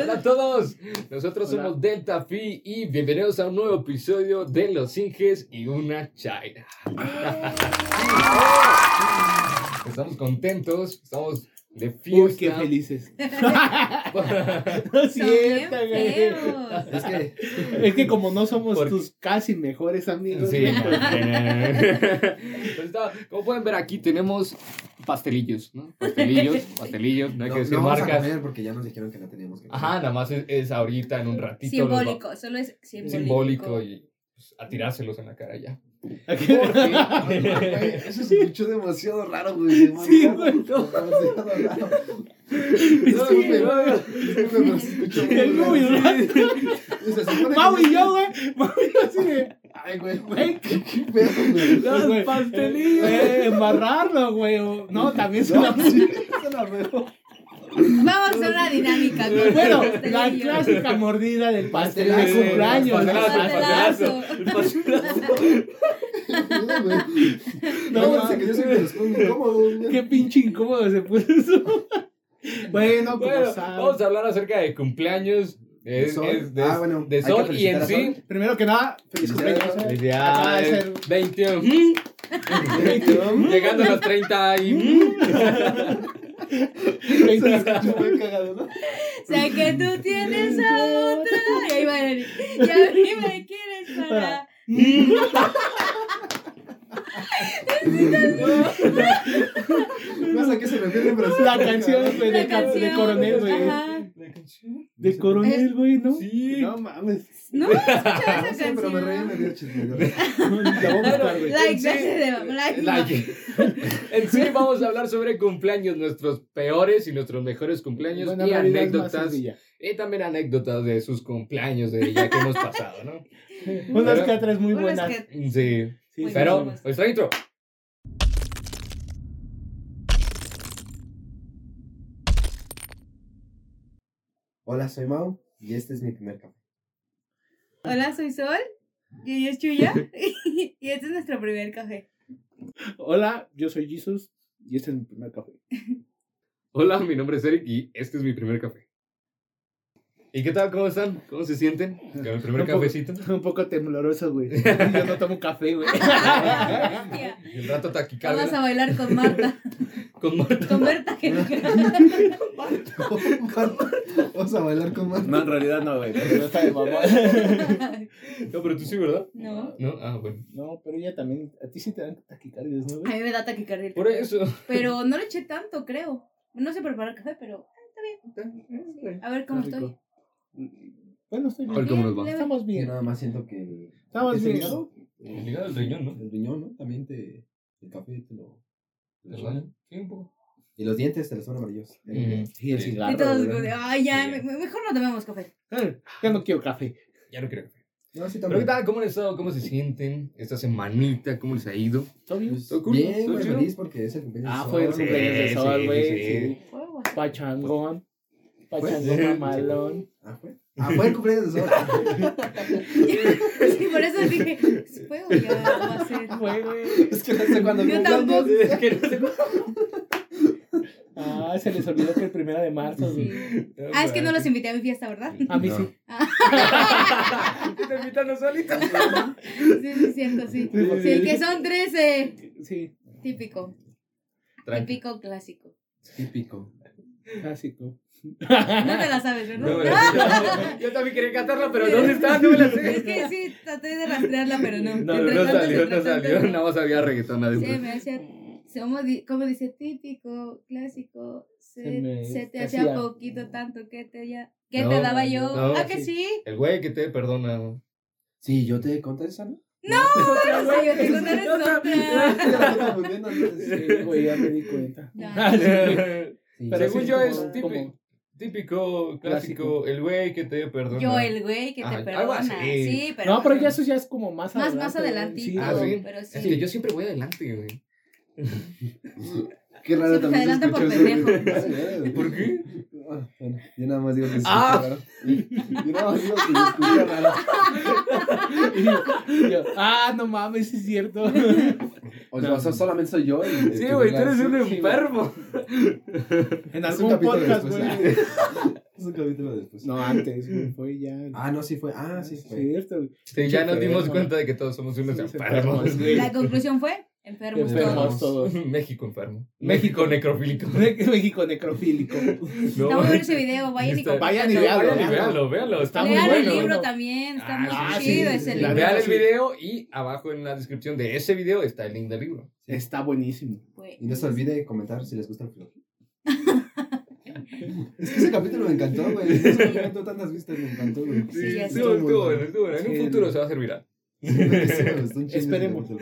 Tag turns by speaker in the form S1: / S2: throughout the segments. S1: Hola a todos, nosotros somos Delta Phi y bienvenidos a un nuevo episodio de Los Inges y una China.
S2: ¡Eh!
S1: Estamos contentos, estamos de fiesta.
S3: Uy, qué felices. No es
S4: Son bien
S3: cierto, güey.
S4: feos.
S1: Es que
S3: Es que como no somos
S1: Porque-
S3: tus casi mejores amigos.
S1: Sí.
S3: güey.
S1: Pues está, como pueden ver aquí tenemos pastelillos, ¿no? Pastelillos, pastelillos, no hay
S2: No,
S1: que decir
S2: no vamos a
S1: marcas.
S2: comer porque ya nos dijeron que la teníamos que comer.
S1: Ajá, nada más es, es ahorita en un ratito. los va-
S4: Simbólico, solo es simbólico.
S1: Simbólico y pues, a tirárselos en la cara ya.
S2: Ay, güey, Eso se escuchó demasiado raro, güey.
S3: Sí,
S2: demasiado-
S3: güey, no.
S2: Demasiado raro. No,
S3: Sí,
S2: güey,
S3: güey.
S2: disculpe, pero se escuchó muy
S3: Es muy
S2: raro.
S3: raro.
S2: O sea, se supone que-
S3: Mau y yo, güey. Mau y yo así de.
S2: Ay, güey, güey.
S3: Güey,
S2: ¿Qué pedo, güey?
S3: los
S5: pastelillos.
S3: eh, embarrarlo, güey. o- No, también se la.
S2: No, sí, se la veo.
S4: Vamos a hacer una dinámica. con este
S3: Bueno,
S4: los
S3: la
S4: pastelillos.
S3: clásica mordida del pastel de
S2: Pastelazo,
S3: cumpleaños. Ah,
S4: El
S1: pastelazo,
S4: pastelazo.
S2: No, güey.
S3: No,
S2: No,
S3: mames.
S2: sé que yo siempre les pongo incómodo, güey.
S3: Qué pinche incómodo se puso eso. Bueno, como
S1: Bueno,
S3: saben.
S1: vamos a hablar acerca de cumpleaños.
S2: ¿De
S1: Es-
S2: Sol?
S1: es de,
S2: Ah, bueno,
S1: de
S2: hay que
S1: Sol y
S2: felicitar
S1: en
S2: a
S1: sí.
S2: Sol.
S3: Primero que nada, feliz
S2: Felicidades.
S3: cumpleaños. eh. Acaba de
S1: Felicidades.
S3: ser-
S1: 21.
S2: Mm.
S1: Llegando a los 30 y.
S3: 20.
S2: Muy cagado, ¿no?
S4: Sé que tú tienes a otra. Y ahí va Eric. Y a mí me quieres para.
S2: No sé a qué se refiere, pero sí.
S3: La canción güey, de,
S4: La
S3: ca- de
S4: canción.
S3: coronel, güey.
S4: Ajá.
S3: De coronel, güey, ¿no?
S1: Sí.
S3: No mames.
S4: No, escuchaba
S2: No
S4: esa
S2: sé, pero me reí, me
S4: canción.
S2: dio chisme. güey.
S3: La voy a buscar,
S2: pues,
S3: güey.
S4: Like,
S1: Sí.
S4: gracias de like.
S1: Like. En sí vamos a hablar sobre cumpleaños, nuestros peores y nuestros mejores cumpleaños
S3: Buena
S1: y
S3: Navidad más
S1: anécdotas.
S3: sencilla.
S1: Y también anécdotas de sus cumpleaños de ya que hemos pasado, ¿no?
S3: Unas
S1: Pero-
S3: que otras muy
S4: Unas
S3: buenas.
S4: que-
S1: Sí.
S3: Sí, Pues sí,
S4: Muy
S1: Pero
S3: sí.
S1: nuestra intro.
S2: Hola, soy Mau y este es mi primer café.
S4: Hola, soy Sol. Y ella es Chuya. Y este es nuestro primer café.
S3: Hola, yo soy Jesus y este es mi primer café.
S1: Hola, mi nombre es Eric y este es mi primer café. ¿Y qué tal? ¿Cómo están? ¿Cómo se sienten? ¿Con el primer
S3: Un poco-
S1: cafecito?
S3: Un poco tembloroso, güey. Yo no tomo café, güey.
S4: Hostia.
S1: El rato
S4: Vamos
S1: taquicardia.
S4: a bailar con Marta.
S1: Con Marta.
S4: Con Berta. que-
S2: Vamos a bailar con más.
S3: No, en realidad no, güey. porque No está de mamá.
S1: No, pero tú sí, ¿verdad?
S4: No.
S1: No, ah, bueno.
S3: No, pero ella también. A ti sí te dan taquicardias, ¿no,
S4: A
S3: güey?
S4: mí me da taquicardia. el
S1: Por
S4: café.
S1: eso.
S4: Pero no le eché tanto, creo. No sé preparar café, pero eh, a ver cómo
S3: Está
S4: estoy.
S3: rico. Bueno, estoy
S1: A ver
S3: bien.
S1: cómo nos va.
S4: Bien,
S3: Estamos
S2: Yo
S3: bien.
S2: nada más siento que el,
S3: Estamos
S2: ¿ese
S3: bien.
S2: hígado?
S1: El hígado, el riñón, ¿no?
S2: El riñón, ¿no? También te. El café te lo. te lo daña.
S1: Sí, un poco.
S2: Y los dientes te los son amarillos.
S1: Mm.
S3: Y el
S1: Sí.
S4: leve. Y
S3: cigarro.
S4: todos,
S3: güey.
S4: ay, ya,
S1: Sí.
S4: me- me- mejor no tomemos café.
S3: Eh, Ya no quiero café.
S1: Ya no creo.
S2: No, sí,
S1: Pero ¿qué
S2: también.
S1: tal? ¿Cómo han estado? ¿Cómo se sienten esta semanita? ¿Cómo les ha ido?
S3: ¿Todo bien?
S2: Pues,
S1: ¿Todo cool?
S2: bien,
S1: ¿Todo
S2: güey,
S1: chido?
S2: feliz porque es el cumpleaños.
S3: Ah,
S2: de
S3: fue el
S2: Sol,
S3: cumpleaños de
S1: sí,
S3: Sol, güey.
S1: sí.
S3: sí. Pachangón. Pachangón
S1: Sí.
S3: mamalón.
S2: Ah, fue. Ah, fue el cumpleaños de Sol.
S4: Sí, por eso dije, fuego ya va a ser.
S3: Güey, güey.
S2: es que no sé cuándo
S4: Yo tampoco.
S1: Es que no sé cómo-
S3: Ah, se les olvidó que el primero de marzo. güey.
S4: Sí. Ah, es que no los invité a mi fiesta, ¿verdad?
S3: A mí
S2: No.
S3: sí.
S1: Te invitan a solita.
S4: Sí, sí, cierto, sí.
S3: Sí, porque-
S4: Sí, que son 13.
S3: Sí,
S4: Típico,
S1: Tranqui.
S4: típico clásico.
S2: Típico.
S3: clásico.
S4: No te la sabes, ¿verdad?
S1: No, yo- yo también quería cantarla, pero ¿dónde está? No me la sé.
S4: Es que sí, traté de rastrearla, pero no.
S3: No,
S4: Entre
S1: No
S4: tantas,
S1: salió,
S4: entre
S1: no
S4: tantas,
S1: salió. Nada más había reggaetón
S4: Se
S1: adentro.
S4: me hacía, somos di- como dice, típico, clásico, se,
S3: Se me-
S4: se te
S3: te
S4: hacía
S3: hacía-
S4: poquito tanto que te, ya, que
S1: No,
S4: te daba yo.
S1: no,
S4: ah, que
S3: sí.
S4: sí.
S1: El güey que te perdona.
S2: Sí, yo te conté esa, ¿no?
S4: Ah, sí, yo te contaré
S1: no, no,
S4: otra.
S2: Sí, la estoy confundiendo, entonces,
S3: Sí, güey, ya me di cuenta.
S4: No.
S3: Ah, sí, güey.
S2: sí.
S1: Pero Según
S3: sí,
S1: yo
S3: como-
S1: es típico,
S3: como-
S1: típico, clásico,
S3: Clásico.
S1: el güey que te perdona.
S4: Yo, el güey que te
S1: Ajá, algo
S4: perdona.
S1: así.
S4: Sí, pero.
S3: No, pero ya eso ya es como más
S4: Más,
S3: adelante.
S4: más
S3: güey.
S4: adelantito.
S1: Ah, sí.
S4: Pero sí.
S1: Es que yo siempre voy adelante, güey.
S2: Qué raro
S4: Sí, pues,
S2: también. se
S4: adelanta por
S2: escuchó eso.
S1: ¿Y por qué?
S2: Ah, bueno, yo nada más digo que se escucha
S1: Ah.
S2: raro. Yo nada más digo que se escucha raro.
S3: Y yo, ah, no mames, sí es cierto.
S2: O sea,
S3: No.
S2: so- solamente soy yo. el- el
S1: Sí,
S2: que
S1: güey,
S2: me
S1: tú
S2: la-
S1: eres un
S2: sí, güey.
S1: enfermo.
S3: En
S2: Es un
S3: algún
S2: capítulo
S3: podcast,
S2: después,
S3: güey.
S2: Es un capítulo después.
S3: No, antes, güey, fue ya.
S2: Ah, no, sí fue. Ah, sí
S3: es
S2: fue.
S3: cierto. güey.
S1: Sí, ya nos
S3: Pinche
S1: dimos
S3: enfermo.
S1: cuenta de que todos somos unos
S3: Sí,
S1: enfermos,
S3: enfermos,
S1: güey.
S4: La conclusión fue: enfermos
S2: Enfermos.
S4: todos.
S3: Enfermos todos.
S1: México enfermo. México necrofílico.
S3: Me- México necrofílico.
S1: No. Este,
S4: Está muy bueno ese video, vayan y
S1: Está-
S4: compartan.
S3: Vayan y veanlo.
S1: Véalo, véalo, véalo, Está muy
S4: Lean el
S1: bueno.
S4: libro también, está
S1: Ah,
S4: muy
S1: sí,
S4: chido
S3: sí,
S4: ese
S3: sí,
S1: Vean
S3: la
S4: libro.
S3: neta,
S1: el
S3: sí.
S1: video y abajo en la descripción de ese video está el link del libro.
S3: Está buenísimo.
S4: Güey.
S2: Y no se olvide comentar si les gusta el flor. es que ese capítulo me encantó, güey. Ese capítulo tuvo tantas vistas, me encantó, güey.
S4: Sí, Sí, ya sé.
S1: estuvo, estuvo bueno, estuvo bueno. En
S3: Sí,
S1: un futuro
S3: el-
S1: se va a hacer viral.
S3: Esperemos.
S2: Esperemos.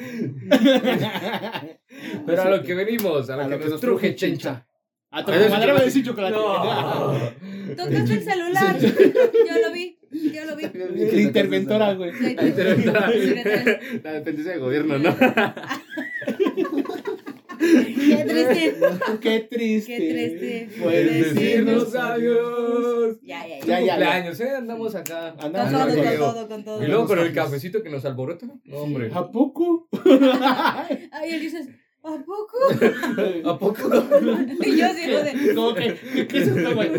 S1: Pero a lo que venimos, a lo que nos truje chencha. Ah,
S3: A tu
S1: Pero es
S3: madre va
S1: chocolate.
S3: a decir chocolate.
S1: No.
S4: Tocaste el celular. Yo lo vi, yo lo vi.
S3: La interventora, güey.
S4: Soy
S1: Ahí te ves la,
S4: Secretaria.
S1: la dependencia de gobierno, ¿no?
S4: Qué triste.
S3: Qué triste.
S4: Qué triste.
S1: Puedes
S3: Puedes
S1: decirnos
S3: decirnos
S1: adiós.
S4: Ya,
S1: Ya,
S4: ya, ya.
S3: Ya, ya,
S1: cumpleaños, ¿eh? Andamos acá.
S4: Con
S3: Andamos
S1: Ah,
S4: todo,
S1: no,
S4: con
S1: creo.
S4: todo, con todo.
S1: Y luego con el
S2: Andamos.
S1: cafecito que nos alborota. No, hombre.
S3: ¿A poco?
S4: Ay, él dices, ¿a poco?
S1: ¿A poco?
S4: Y yo sí, de.
S3: Como que, ¿qué, qué es esto, güey?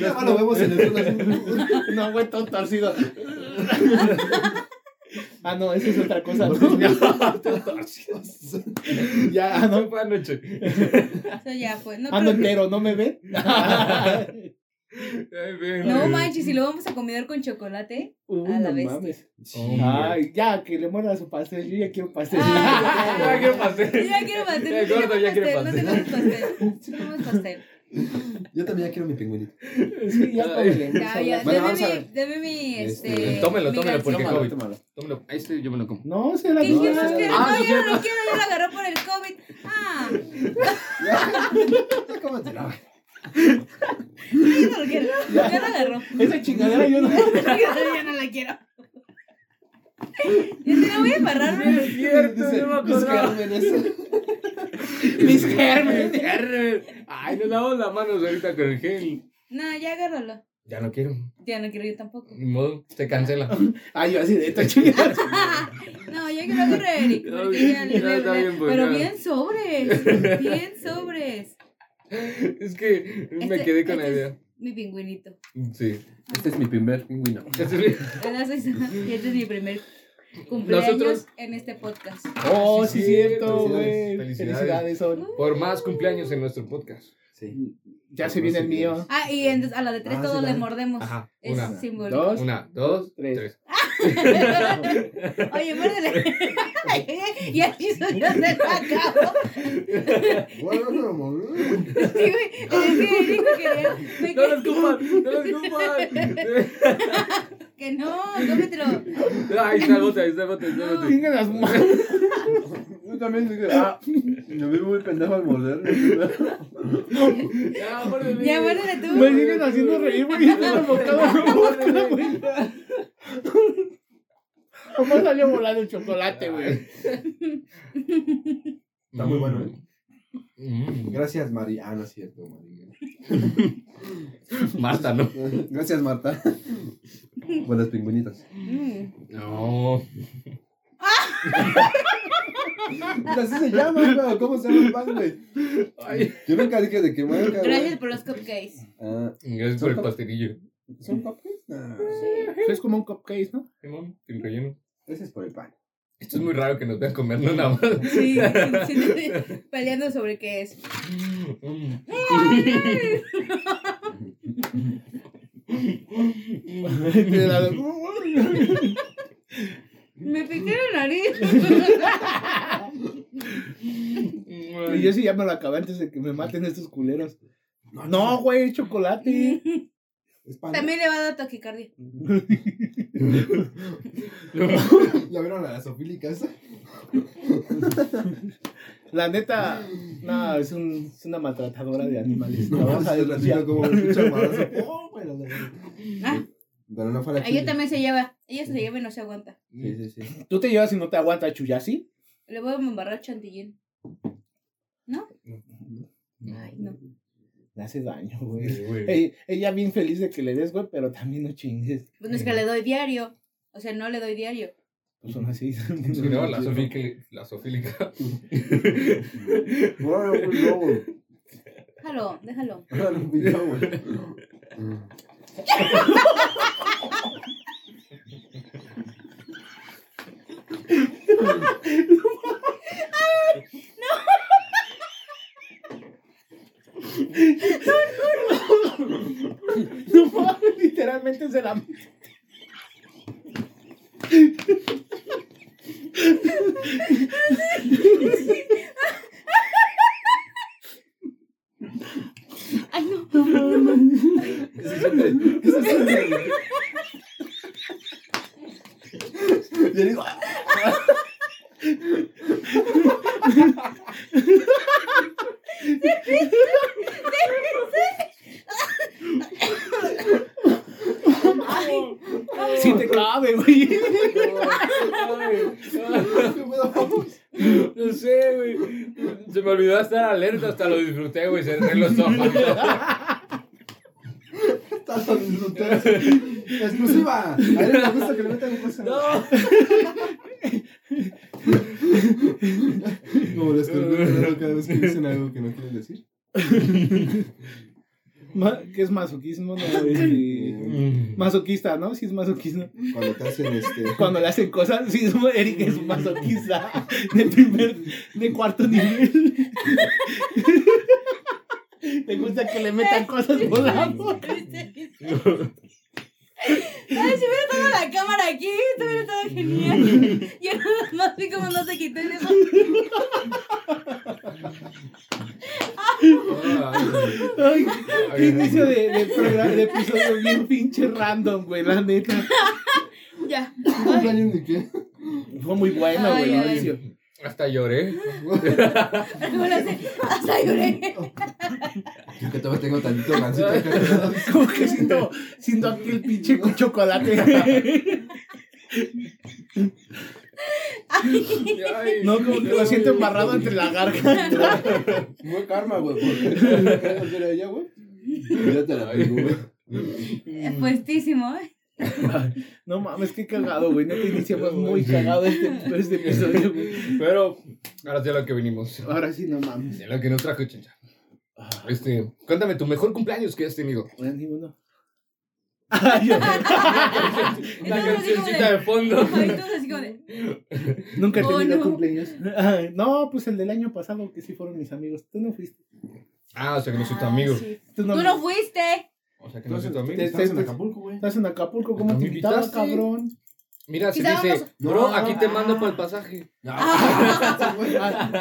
S2: Ya lo vemos en el
S3: No, güey, todo torcido. Ah, no, eso es otra cosa. Ya, ah,
S1: No
S3: no.
S1: fue anoche.
S4: Eso ya fue. No,
S3: Ando
S4: creo-
S3: entero, Ah, ¿no me ven?
S1: Ay, ven,
S4: no
S1: ven.
S4: manches, si lo vamos a combinar con chocolate.
S3: Uh,
S4: A la
S3: no
S4: bestia.
S3: mames.
S1: Sí.
S3: Ay, ya, que le muerda su pastel. Yo ya quiero pastel.
S4: Ah,
S1: Ya quiero pastel.
S4: Ya quiero pastel.
S1: Ya,
S4: no
S1: gordo,
S4: tenemos
S1: ya quiero
S4: pastel, No tenemos pastel. No tenemos pastel.
S2: Yo también ya quiero mi pingüinito.
S3: Sí, ya cómele.
S4: Ya, ya.
S2: Bueno,
S4: Deme
S2: vamos a
S4: mi,
S2: ver.
S4: deme mi, este...
S2: Este,
S1: tómelo,
S4: mi
S1: tómelo, porque-
S4: garcía.
S1: Tómalo,
S2: tómalo.
S1: Tómalo. Ahí estoy, yo me lo como.
S3: No, se la Ah,
S4: ¿Qué dijimos
S3: no,
S4: que
S3: no.
S4: no, yo no lo quiero, yo lo agarró por el COVID. Ah,
S2: Cómatelo.
S4: yo no lo quiero. Yo lo agarró.
S3: Esa chingadera yo no.
S4: Yo no la quiero. Yo no voy a embarrarme.
S1: Ah, Dice, "Mis
S3: Mis gérmenes.
S1: germen". Ay, nos lavamos las manos ahorita con el gel.
S4: No, ya agárralo.
S1: Ya no quiero.
S4: Ya no quiero yo tampoco.
S1: Ni modo, se cancela.
S3: Ay, yo así de esta chingadera.
S4: No, ya que lo agarre Eric. porque ya le-
S1: Ya
S4: le-
S1: está
S4: le-
S1: bien, pues,
S4: pero
S1: ya.
S4: bien sobres. Bien sobres.
S1: Es que me
S4: Este-
S1: quedé con la
S4: este es
S1: idea.
S4: Mi pingüinito.
S1: Sí.
S2: Este es mi primer pingüino.
S1: Este es mi-
S4: ¿Verdad, Suiza? Y este es mi primer cumpleaños
S1: Nosotros-
S4: en este podcast.
S3: Oh, sí,
S1: sí,
S3: cierto,
S1: felicidades.
S3: güey.
S1: Felicidades.
S3: Felicidades. Sol.
S1: Por más cumpleaños en nuestro podcast.
S2: Sí.
S3: Ya se viene el mío.
S4: Ah, y entonces a la de tres
S2: Ah,
S4: todos
S2: sí,
S4: le
S2: dale.
S4: mordemos.
S1: Ajá.
S4: Es
S1: Una,
S4: simbólico.
S3: Dos.
S1: una, dos,
S3: Tres.
S1: tres.
S4: Oye, muérdele. y así soy yo se lo acabo. Sí, güey. Es que dijo que, me-
S1: No los cupan, no los cupan.
S4: que no, cómetelo.
S1: Ahí está el bote, ahí está el bote, ahí está el bote.
S3: Chinga las manos.
S2: Yo también dije, ah, me veo muy pendejo al morder.
S1: Ya, muérdele.
S4: Ya, muérdele tú.
S3: Me siguen haciendo reír, güey. Ya tengo la bocada revuelta, güey. Nomás salió volando el chocolate, güey.
S2: Está muy bueno, ¿eh?
S1: Mm.
S2: Gracias, Mari. Ah, no es cierto, Mari.
S1: Marta, ¿no?
S2: Gracias, Marta. Buenas pingüinitas.
S4: Mm.
S1: No.
S2: Pues Así se llama, güey. ¿Cómo se llama el pan, güey?
S1: Ay,
S2: Yo me encargué de que marca. güey.
S4: Gracias por los cupcakes.
S2: Ah,
S1: gracias por el pastelillo.
S2: ¿Son cupcakes? No.
S3: Es como un cupcake, ¿no?
S1: Simón, sin relleno.
S2: Ese es por el pan.
S1: Esto es muy raro que nos vean comer, no nada más.
S4: Sí, sí, sí, peleando sobre qué es.
S3: De la-
S4: Me piqué la nariz.
S3: Y yo sí ya me lo acabé antes de que me maten estos culeros. No, güey, es chocolate.
S2: Es pan.
S4: También le va a dar taquicardia.
S2: ¿Ya vieron a las ofílicas?
S3: La neta, no, es, un, es una maltratadora de animales.
S2: No,
S3: La
S2: vamos
S3: vas a
S2: a
S3: denunciar.
S2: ratito como un pinche madrazo. Oh, güey, la verga.
S4: Ah,
S2: Pero no fue la
S4: ella también se lleva. Ella se lleva y no se aguanta.
S2: Sí, sí, sí.
S3: Tú te llevas y no te aguanta Chuyasi.
S4: Le voy a embarrar chantillín. Ay, no.
S3: Le hace daño, güey.
S1: Sí, güey.
S3: Ey, Ella bien feliz de que le des, güey, pero también no chingues.
S4: Pues no es que le doy diario. O sea, no le doy diario.
S3: Pues son así.
S1: Sí, no, la sofílica. La sofílica.
S2: Bueno, pues no, güey.
S4: Déjalo, déjalo.
S2: Órale, pues, ya, güey. Mm.
S3: No mames, literalmente se la.
S4: Ay, no.
S2: ¿Qué se siente? ¿Qué se siente? Yo digo, ah,
S4: Ay,
S3: Si te cabe, güey.
S2: ¿qué pedo? Vamos.
S1: No sé, güey. Se me olvidó estar alerta, hasta lo disfruté, güey. Cerré los ojos.
S2: Estás tan disfrutado. Exclusiva. A él le gusta que le metan cosas. Como los caricaturas, ¿no? cada vez que dicen algo que no quieren decir.
S3: Ma- ¿Qué es masoquismo? No, este,
S1: Mm.
S3: Masoquista, ¿no? Sí es masoquista.
S2: Cuando te hacen este.
S3: Cuando le hacen cosas, sí, es- Eric es masoquista. De primer, de cuarto nivel. Le gusta que le metan cosas por la boca.
S4: Ay, si hubiera estado la cámara aquí, esto hubiera estado genial. Yo nada más vi cómo no se quitó en eso.
S1: Ay,
S3: Ay, qué inicio de, de programa, de episodio bien pinche random, güey, la neta.
S4: Ya.
S2: ¿Cómo planean de qué?
S3: Fue muy bueno,
S4: Ay,
S3: güey,
S4: ay.
S3: Mauricio.
S1: Hasta lloré.
S4: Luego lo hace, Hasta lloré.
S2: Yo que todavía tengo tantito gancito acá.
S3: Como que siento, siento aquí el pinche chocolate.
S4: Ay,
S1: Ay,
S3: No, como que lo siento embarrado entre la garganta.
S2: Muy karma, güey. Pero ella, güey. Ya te la tengo, güey.
S4: Puestísimo, ¿eh?
S3: No mames, qué cagado, güey. Neta inicio fue muy cagado este, este episodio, güey.
S1: Pero ahora sí a lo que vinimos.
S3: Ahora sí, no mames.
S1: De lo que nos trajo, chincha.
S3: Ah,
S1: Este, cuéntame tu mejor cumpleaños que has tenido.
S3: no hay ninguno. Ay, yo-
S1: Una
S4: Entonces, así como
S1: cancioncita
S4: de-
S1: de fondo.
S4: Ay, entonces, así como de-
S3: Nunca he
S4: Oh,
S3: tenido
S4: no.
S3: cumpleaños. Ay, No, pues el del año pasado que sí fueron mis amigos. Tú no fuiste.
S1: Ah, o sea que no soy tu
S4: Ah,
S1: amigo.
S4: sí.
S3: Tú no,
S4: Tú no fuiste.
S1: O sea que no soy tu amigo.
S2: Entonces, estabas en Acapulco, güey.
S3: Estás en Acapulco, ¿cómo
S1: ¿Me
S3: te invitaba,
S1: invitaste?
S3: cabrón?
S1: Mira, si
S4: Quizá
S1: dice,
S4: vamos-
S1: bro,
S2: No,
S1: aquí te
S2: ah.
S1: mando para el pasaje.
S3: Ah,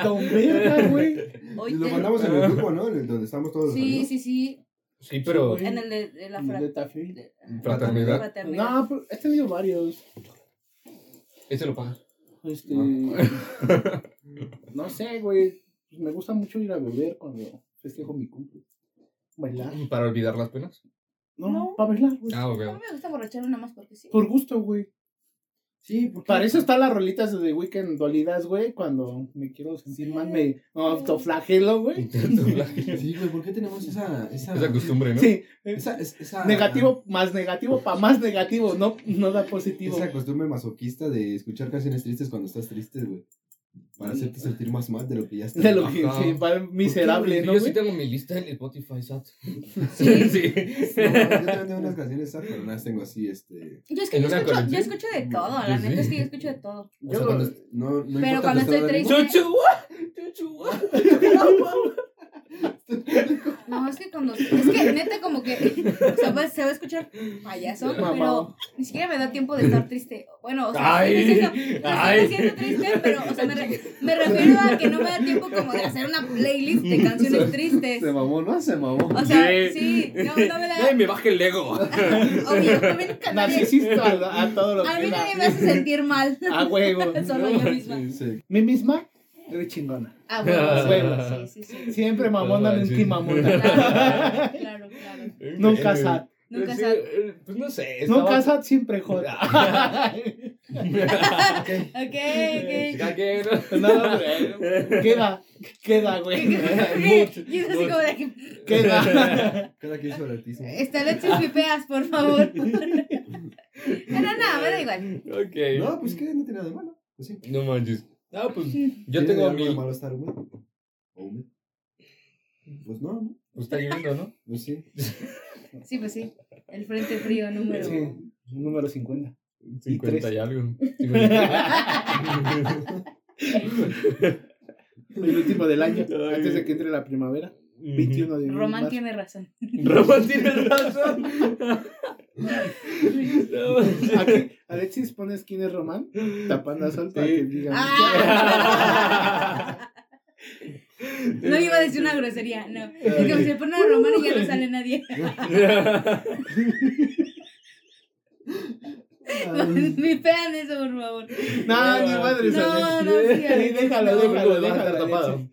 S3: Don verga, güey.
S2: Y
S4: Oye.
S2: lo mandamos en el grupo, ¿no? En el- donde estamos todos. los
S4: Sí,
S2: amigos.
S4: sí, sí.
S1: Sí, pero
S3: Sí,
S4: En el de, de la
S3: De
S4: fra-
S3: Tafí.
S1: fraternidad,
S4: fraternidad.
S3: No, pero he tenido varios.
S1: ese lo paga.
S3: Este. no sé, güey. Pues me gusta mucho ir a beber cuando festejo mi cumple. Bailar.
S1: Para olvidar las penas.
S3: No,
S4: No.
S3: para bailar, güey.
S1: Ah,
S4: A
S1: ok.
S4: mí me gusta borracharme nada más porque sí.
S3: Por gusto, güey.
S2: Sí, porque.
S3: Para eso están las rolitas de The Weeknd dolidas, güey. Cuando me quiero sentir mal, me autoflagelo, güey.
S2: Pues Sí, güey, ¿por qué tenemos esa. Esa,
S1: Esa costumbre, ¿no?
S3: Sí.
S2: esa- es-
S3: Ah.
S2: esa-
S3: Negativo, más negativo, para más negativo. No, no da positivo.
S2: Esa costumbre masoquista de escuchar canciones tristes cuando estás triste, güey. Para hacerte sentir más mal de lo que ya estás.
S3: De lo que
S1: Ajá.
S3: sí, va miserable,
S1: Yo
S3: ¿no?
S1: sí
S3: güey?
S1: tengo mi lista en Spotify, SAT.
S4: Sí.
S1: sí.
S2: No, yo también tengo unas canciones sad, pero no las tengo así, este.
S4: Yo es que
S1: ¿En
S4: yo
S1: una
S4: escucho, yo
S1: colección?
S4: escucho de todo, la
S1: Pues sí.
S4: neta es que yo escucho de todo.
S2: o
S3: Yo-
S2: sea, cuando, no, no importa
S4: Pero
S2: tu
S4: cuando
S2: estado
S4: estoy
S2: de ánimo.
S1: Chuchua, chuchua.
S4: No, es que cuando. Es que neta, como que. Se va, se va a escuchar payaso,
S3: Mamá.
S4: pero ni siquiera me da tiempo de estar triste. Bueno, o sea, sí me siento,
S1: Ay,
S4: me
S1: ay.
S4: siento triste, pero o sea, me, re- me refiero a que no me da tiempo como de hacer una playlist de canciones tristes.
S2: Se mamó, ¿no? Se mamó.
S4: O sea,
S1: Sí.
S4: sí, no, no me
S1: Ay,
S4: da.
S1: me baja el ego.
S4: Obvio, a mí nunca nadie-
S3: Narcisista a, a todo lo
S4: a
S3: que
S4: mí
S3: da.
S4: nadie me hace sentir mal.
S1: Ah,
S3: A huevo.
S4: Solo yo misma.
S2: Sí.
S3: ¿Mi misma? Eres chingona.
S4: Ah, bueno,
S3: Huevos.
S4: sí, sí, sí.
S3: Siempre mamona,
S1: No,
S3: nunca
S1: sí.
S3: mamona.
S4: Claro, claro, claro.
S3: Nunca sad.
S4: Nunca
S1: Pues Sí,
S4: sal.
S1: eh, Pues no sé.
S3: Nunca
S1: Eh, estaba-
S3: sad, siempre hot.
S4: Ok, ok.
S1: Ya que no.
S3: No, güey. Queda, queda,
S4: ¿Qué-
S3: güey.
S4: qué-
S1: Mucho,
S4: qué- Y es así como de que. "Este,
S3: Queda.
S2: Cada quien sobre ti. sí.
S4: Está la chispipeas, por favor. No, no, no, me da igual.
S1: Ok.
S2: No, pues que no tiene nada de malo. Pues sí.
S1: No manches. Ah, pues yo
S2: ¿Tiene
S1: tengo
S2: algo de
S1: mi.
S2: malo estar, güey? ¿O güey? Pues no, ¿no?
S5: Pues está lloviendo, ¿no?
S2: Pues sí.
S4: Sí, pues sí. El frente frío número.
S3: Sí, número 50.
S5: 50 y,
S3: tres.
S5: algo.
S3: El último del año,
S1: Ay.
S3: antes de que entre la primavera. 21 de
S4: Román
S3: marzo.
S4: tiene razón.
S1: Román tiene razón.
S3: Aquí, Alexis, pones quién es Román, tapando a Sol para
S1: Sí.
S3: que digan.
S4: Ah. No iba a decir una grosería, no. Es que pues, se pone a Román y ya no sale nadie.
S3: Ay.
S4: Me pegan eso, por favor.
S3: No, ni madre,
S4: No,
S3: Alexis.
S4: no, sí,
S3: Ni
S4: Alexis,
S3: déjalo,
S4: no.
S3: déjalo,
S1: Va a estar
S3: déjalo.
S1: tapado.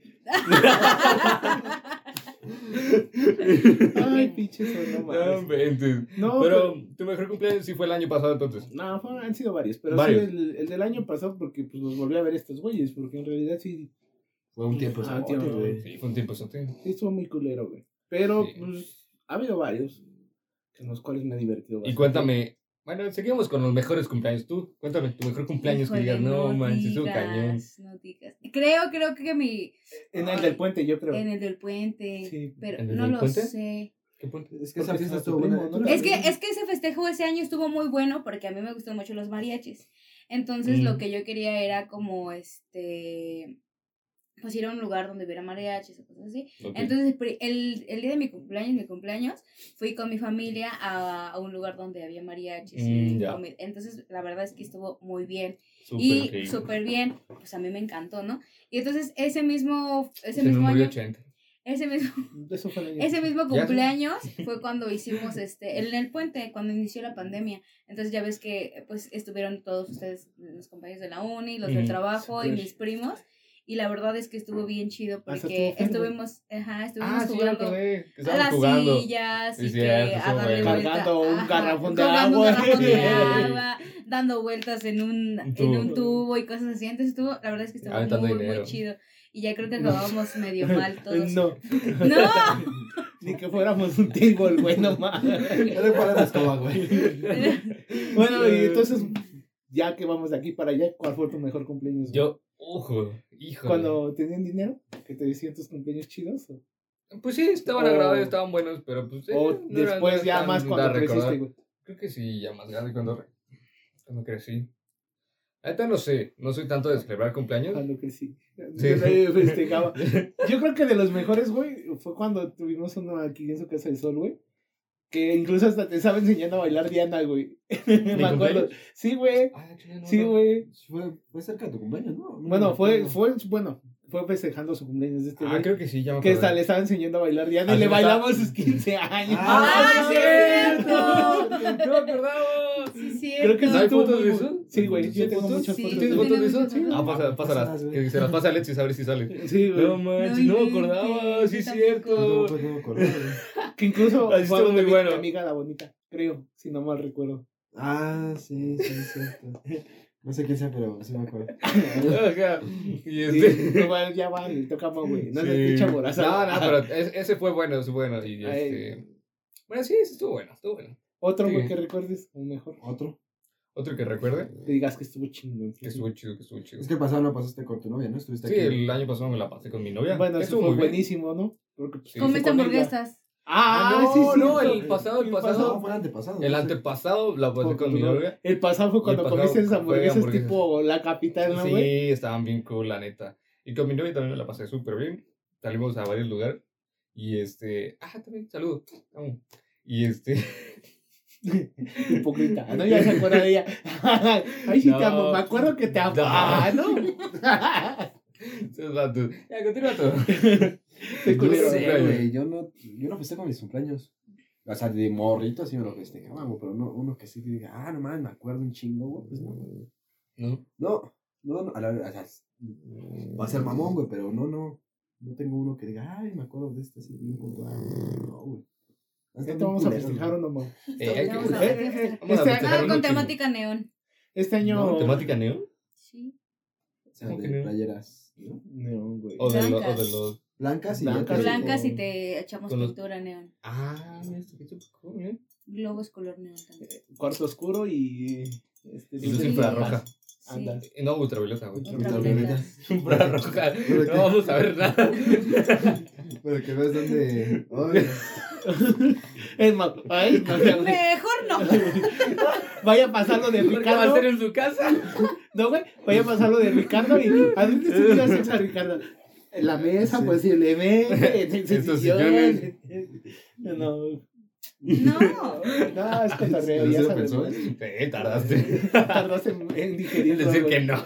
S3: Alexis. Ay, pinche Sol, no
S1: No,
S3: mames.
S1: vente.
S3: No,
S1: Pero tu mejor cumpleaños sí fue el año pasado entonces.
S3: No, fueron- han sido varios, pero
S1: Varios.
S3: sí el, el del año pasado porque pues los volví a ver estos güeyes, porque en realidad sí,
S5: Fue un tiempo.
S3: Ah,
S5: sabote,
S3: tío.
S5: güey.
S1: Sí, fue un tiempo
S3: sí estuvo muy culero, güey. Pero
S1: Sí.
S3: pues ha habido varios en los cuales me he divertido.
S1: Y
S3: bastante.
S1: cuéntame, bueno, seguimos con los mejores cumpleaños. Tú, cuéntame tu mejor cumpleaños que digas,
S4: Híjole,
S1: no manches, un
S4: digas,
S1: cañón.
S4: No digas. Creo, creo que mi.
S3: En el del puente, yo creo.
S4: En el del puente.
S3: Sí.
S4: Pero
S1: ¿En el
S4: no
S1: del
S4: lo
S1: puente?
S4: sé.
S1: ¿Qué punto?
S2: Es que esa
S3: Porque estaba
S2: fiesta estuvo
S3: tu
S2: buena.
S3: primo,
S2: ¿Tú la
S4: Es que,
S2: viste?
S4: es que ese festejo ese año estuvo muy bueno porque a mí me gustan mucho los mariachis. Entonces
S1: Mm.
S4: lo que yo quería era como este pues ir a un lugar donde hubiera mariachis o cosas así.
S1: Ok.
S4: Entonces pri- el, el día de mi cumpleaños, mi cumpleaños, fui con mi familia a, a un lugar donde había mariachis. y
S1: Mm, ya.
S4: comi- Entonces la verdad es que estuvo muy bien
S1: Súper
S4: y
S1: increíble.
S4: súper bien. Pues a mí me encantó, ¿no? Y entonces ese mismo ese
S1: Se nos
S4: mismo
S1: murió
S4: año,
S1: 80.
S4: ese mismo
S3: Eso fue el año.
S4: ese mismo
S1: Ya sé.
S4: cumpleaños fue cuando hicimos este en el puente, cuando inició la pandemia. Entonces ya ves que pues estuvieron todos ustedes, los compañeros de la uni, los del
S1: Mm,
S4: trabajo y
S3: súper.
S4: mis primos. Y la verdad es que estuvo bien chido
S3: Hasta
S4: porque
S3: estuvo feo, ¿no?
S4: estuvimos, ajá, estuvimos
S1: Ah, sí, ya
S4: jugando
S1: acordé, que
S4: a las
S1: estábamos jugando.
S4: sillas
S1: Sí,
S4: y que
S1: cierto, estuvo
S4: a darle
S1: bueno.
S4: vuelta,
S3: Cargando un
S4: ajá,
S3: garrafón de
S4: cargando un
S3: agua.
S4: garrafón de
S1: Sí.
S4: agua, dando vueltas en un,
S1: Un
S4: en un
S1: tubo.
S4: tubo y cosas así. Entonces estuvo, la verdad es que estuvo
S1: Aventando
S4: muy, muy
S1: dinero.
S4: chido. Y ya creo que acabamos medio mal todos.
S3: No,
S4: ¡No!
S3: ni que fuéramos un table, güey, no mames.
S2: Era para la escoba, güey.
S3: Bueno, y entonces, ya que vamos de aquí para allá, ¿cuál fue tu mejor cumpleaños? güey?
S1: Yo, ojo, hijo.
S3: Cuando tenían dinero, que te decían tus cumpleaños chidos. O,
S1: Pues sí, estaban
S3: O-
S1: agradables, estaban buenos, pero pues. eh,
S3: o
S1: no eran- no
S3: después ya
S1: estaban
S3: más
S1: de
S3: cuando
S1: recordar.
S3: creciste, güey.
S1: Creo que sí, ya más grande cuando, re- cuando crecí. Ahorita no sé, no soy tanto de celebrar cumpleaños.
S3: Cuando crecí. Yo nadie festejaba. Yo creo que de los mejores, güey, fue cuando tuvimos uno aquí en su casa de sol, güey. Que incluso hasta te estaba enseñando a bailar Diana, güey. Me acuerdo.
S1: cumpleaños?
S3: Sí, güey.
S1: Ah, chile, no,
S3: Sí,
S1: no.
S3: güey.
S2: Fue, fue cerca de tu cumpleaños, ¿no? No
S3: Bueno,
S2: me
S3: fue,
S2: acuerdo.
S3: fue, bueno, fue festejando su cumpleaños de este
S1: Ah,
S3: güey.
S1: creo que sí, ya me
S3: que
S1: acordé.
S3: hasta le estaba enseñando a bailar Diana
S1: Ah,
S3: y le
S1: sí, está.
S3: bailamos sus 15 años.
S2: Ah,
S4: sí, es cierto.
S1: ¡No me acordaba!
S4: Sí,
S3: Creo que
S4: cierto.
S3: sí
S1: ¿Hay
S3: estuvo
S1: fotos de
S3: muy-
S1: eso?
S3: Sí, güey. Yo
S1: ¿Sí,
S3: tengo
S1: fotos?
S3: muchas
S4: Sí,
S3: fotos.
S1: ¿Tienes
S4: tú
S3: de-
S1: fotos de
S4: tienes
S1: eso?
S4: fotos,
S1: Sí.
S4: ¿no?
S1: Ah, pasa, pásalas.
S2: Pásalas, güey.
S1: Que se las pasa a Alexis a ver si sale.
S3: Sí, güey.
S1: No manches, no me acordaba. Sí,
S4: Yo
S1: es
S4: tampoco.
S1: cierto.
S2: No, pues, no me acuerdo, güey.
S3: Que incluso
S1: Así
S3: fue
S1: Ah, estuvo
S3: donde
S1: muy
S3: mi
S1: bueno.
S3: amiga la bonita, creo, si no mal recuerdo.
S2: Ah, sí, sí, es cierto. No sé quién sea, pero sí me acuerdo.
S1: Ajá. Y
S3: Sí,
S1: este.
S3: pero bueno, ya va, le tocamos, güey. No
S1: Sí.
S3: le pinche moraza.
S1: No, no, pero es- ese fue bueno, ese fue bueno. Y
S3: Ay.
S1: este... Bueno, sí, ese estuvo bueno, estuvo bueno.
S3: Otro, güey,
S1: Sí.
S3: que recuerdes, o mejor,
S2: ¿Otro?
S1: Otro que recuerde,
S3: te digas que estuvo chingón.
S1: que estuvo chido, que estuvo chido.
S2: Es que el pasado no pasaste con tu novia, ¿no? Estuviste
S1: Sí,
S2: aquí.
S1: el año pasado me la pasé con mi novia.
S3: Bueno,
S1: que
S3: eso fue
S1: muy bien.
S3: buenísimo, ¿no? Porque, pues,
S1: Sí.
S4: Comiste
S3: con ella.
S4: hamburguesas.
S3: Ah,
S1: Ah, no,
S3: sí, sí.
S1: no,
S3: cierto.
S1: el pasado, el
S2: No,
S1: pasado.
S2: fue el antepasado.
S1: El
S2: no sé.
S1: antepasado la pasé
S3: Con
S1: con
S3: tu
S1: mi
S3: novia.
S1: novia.
S3: El pasado fue cuando
S1: El pasado
S3: comiste esas
S1: fue
S3: hamburguesas,
S1: hamburguesas.
S3: tipo la capital, ¿no, güey?
S1: Sí, estaban bien cool, la neta. Y con mi novia también me la pasé súper bien. Salimos a varios lugares. Y este. Ah, también, saludos. Vamos. Y este.
S3: Hipócrita, ¿no? Ya se acuerda de ella. Ay, sí te
S1: No.
S3: amo, me acuerdo que te amo.
S1: No.
S3: Ah, ¿no?
S1: esos vatos. Ya, continúa tú.
S3: Qué
S2: Yo no
S3: culero,
S2: sé,
S1: güey.
S2: güey, Yo no, yo no festejo mis cumpleaños. O sea, de morrito así me lo festejaba, güey, pero no, uno que sí que diga, ah, no mames, me acuerdo un chingo, güey, pues no, güey.
S1: No.
S2: No, no, no, a la, o sea, va a ser mamón, güey, pero no, no, no tengo uno que diga, ay, me acuerdo de este, así, bien puntual, no, güey.
S3: Ya te vamos a festejar o no, mamá.
S1: Eh, hay que-
S4: Vamos a-
S1: eh, vamos a
S3: Este-
S1: festejar
S4: Ah,
S1: un
S4: con
S1: chingo.
S4: temática neón.
S3: Este año.
S2: No,
S1: ¿Temática neón?
S4: Sí.
S2: O sea,
S1: ¿Cómo
S2: de
S1: que no?
S2: playeras, ¿no?
S3: Neón, güey.
S1: O de, lo- o
S4: Blancas.
S1: de los.
S2: Blancas y ya
S3: Blancas.
S2: te-
S4: Blancas y
S3: con-
S4: te echamos
S1: con los-
S4: pintura neón.
S1: Ah, mira, esto que está cool, ¿eh?
S4: Globos color neón también.
S3: Cuarto oscuro y. Este,
S1: Y luz
S4: Sí.
S1: infrarroja.
S4: Sí.
S3: Anda.
S1: Eh, No, ultravioleta, güey.
S4: Ultravioletas.
S1: Infrarroja. No vamos a ver nada.
S2: Para que veas dónde. Ay,
S3: Es más, ay, no, ya, güey.
S4: Mejor no.
S3: Vaya pasando de
S5: ¿Qué va a
S3: Ricardo.
S5: hacer en su casa?
S3: No, güey, vaya a pasar lo de Ricardo y a dónde estuviera sexo a Ricardo. En la mesa, pues,
S2: Sí.
S3: posiblemente, en el
S1: En sus
S3: sillón. No,
S4: No.
S3: no, es cotorreo,
S2: ¿Pero
S3: ya
S2: se lo
S3: sabes.
S2: pensó?
S3: güey.
S1: Eh, tardaste
S3: Tardas en, en digerir
S1: en decir
S3: todo,
S1: que
S3: güey.
S1: no.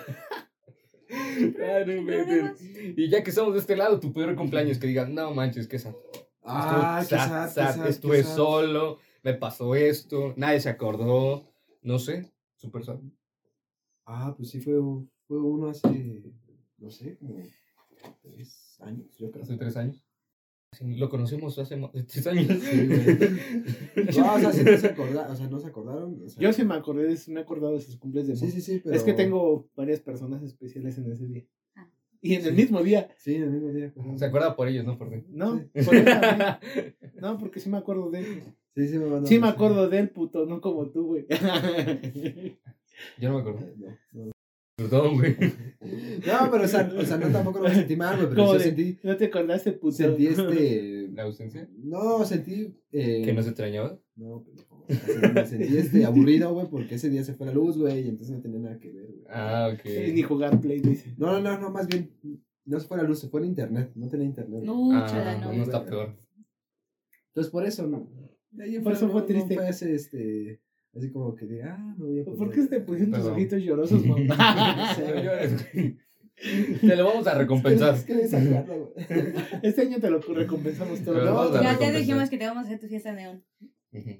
S1: Ah, no
S4: Problemas.
S1: inventes. y ya que estamos de este lado, tu peor cumpleaños, que digas, no manches, que sad.
S2: Ah, qué
S1: Estuve sad,
S2: sad, qué
S1: sad,
S2: sad,
S1: Estuve
S2: qué sad.
S1: solo, me pasó esto, nadie se acordó, no sé, súper sad.
S2: Ah, pues sí, fue, fue uno hace, no sé, como tres años, yo creo.
S1: Hace tres años. Lo conocemos hace más de tres años.
S2: Sí, güey. No, Ah, o sea, sí no se acordaron, o sea, no se acordaron. o sea,
S3: Yo sí me acordé, de- me he acordado de sus cumples de
S2: Sí,
S3: amor.
S2: sí, sí, pero...
S3: Es que tengo varias personas especiales en ese día.
S4: Ah.
S3: Y en el
S2: Sí.
S3: mismo día.
S2: Sí, el mismo día. ajá.
S1: Se acuerda por ellos, no por mí.
S3: No,
S2: Sí.
S3: por él también. no, porque sí me acuerdo de él.
S2: Sí, sí me mandaron
S3: Sí me
S2: mensaje.
S3: acuerdo de él, puto, no como tú, güey.
S1: Yo no me acuerdo.
S2: No, no.
S1: Perdón, güey.
S2: No, pero o sea, o sea, no tampoco lo sentí mal, güey, pero
S3: Como
S2: yo
S3: de,
S2: sentí,
S3: No te acordaste, puto.
S2: sentí este...
S1: La ausencia.
S2: No, sentí... Eh,
S1: Que no se extrañaba.
S2: No, pendejo, o sea, me sentí este aburrido, güey, porque ese día se fue la luz, güey, y entonces no tenía nada que ver, güey.
S1: Ah, ok.
S3: Sí, Ni jugar play, dice.
S2: No, no, no, no, más bien, no se fue la luz, se fue el internet, no tenía internet.
S4: No,
S1: Ah,
S4: chala,
S1: no,
S4: no.
S1: está peor.
S2: Entonces por eso no. De ahí en
S3: Por eso
S2: fuera,
S3: fue
S2: no- no
S3: triste.
S2: fue ese, este, así como que de, ah, me voy a
S3: ¿Por qué este te pusieron tus
S1: Perdón.
S3: ojitos llorosos, mamá?
S2: Sí,
S1: No llores, güey. Te lo vamos a recompensar.
S2: Es que es sacarla, güey.
S3: Este año te lo recompensamos todo.
S1: Pero
S3: No,
S1: no,
S3: no,
S4: Ya te
S1: recompensa.
S4: dijimos que te vamos a hacer tu fiesta neón.
S1: Ujú.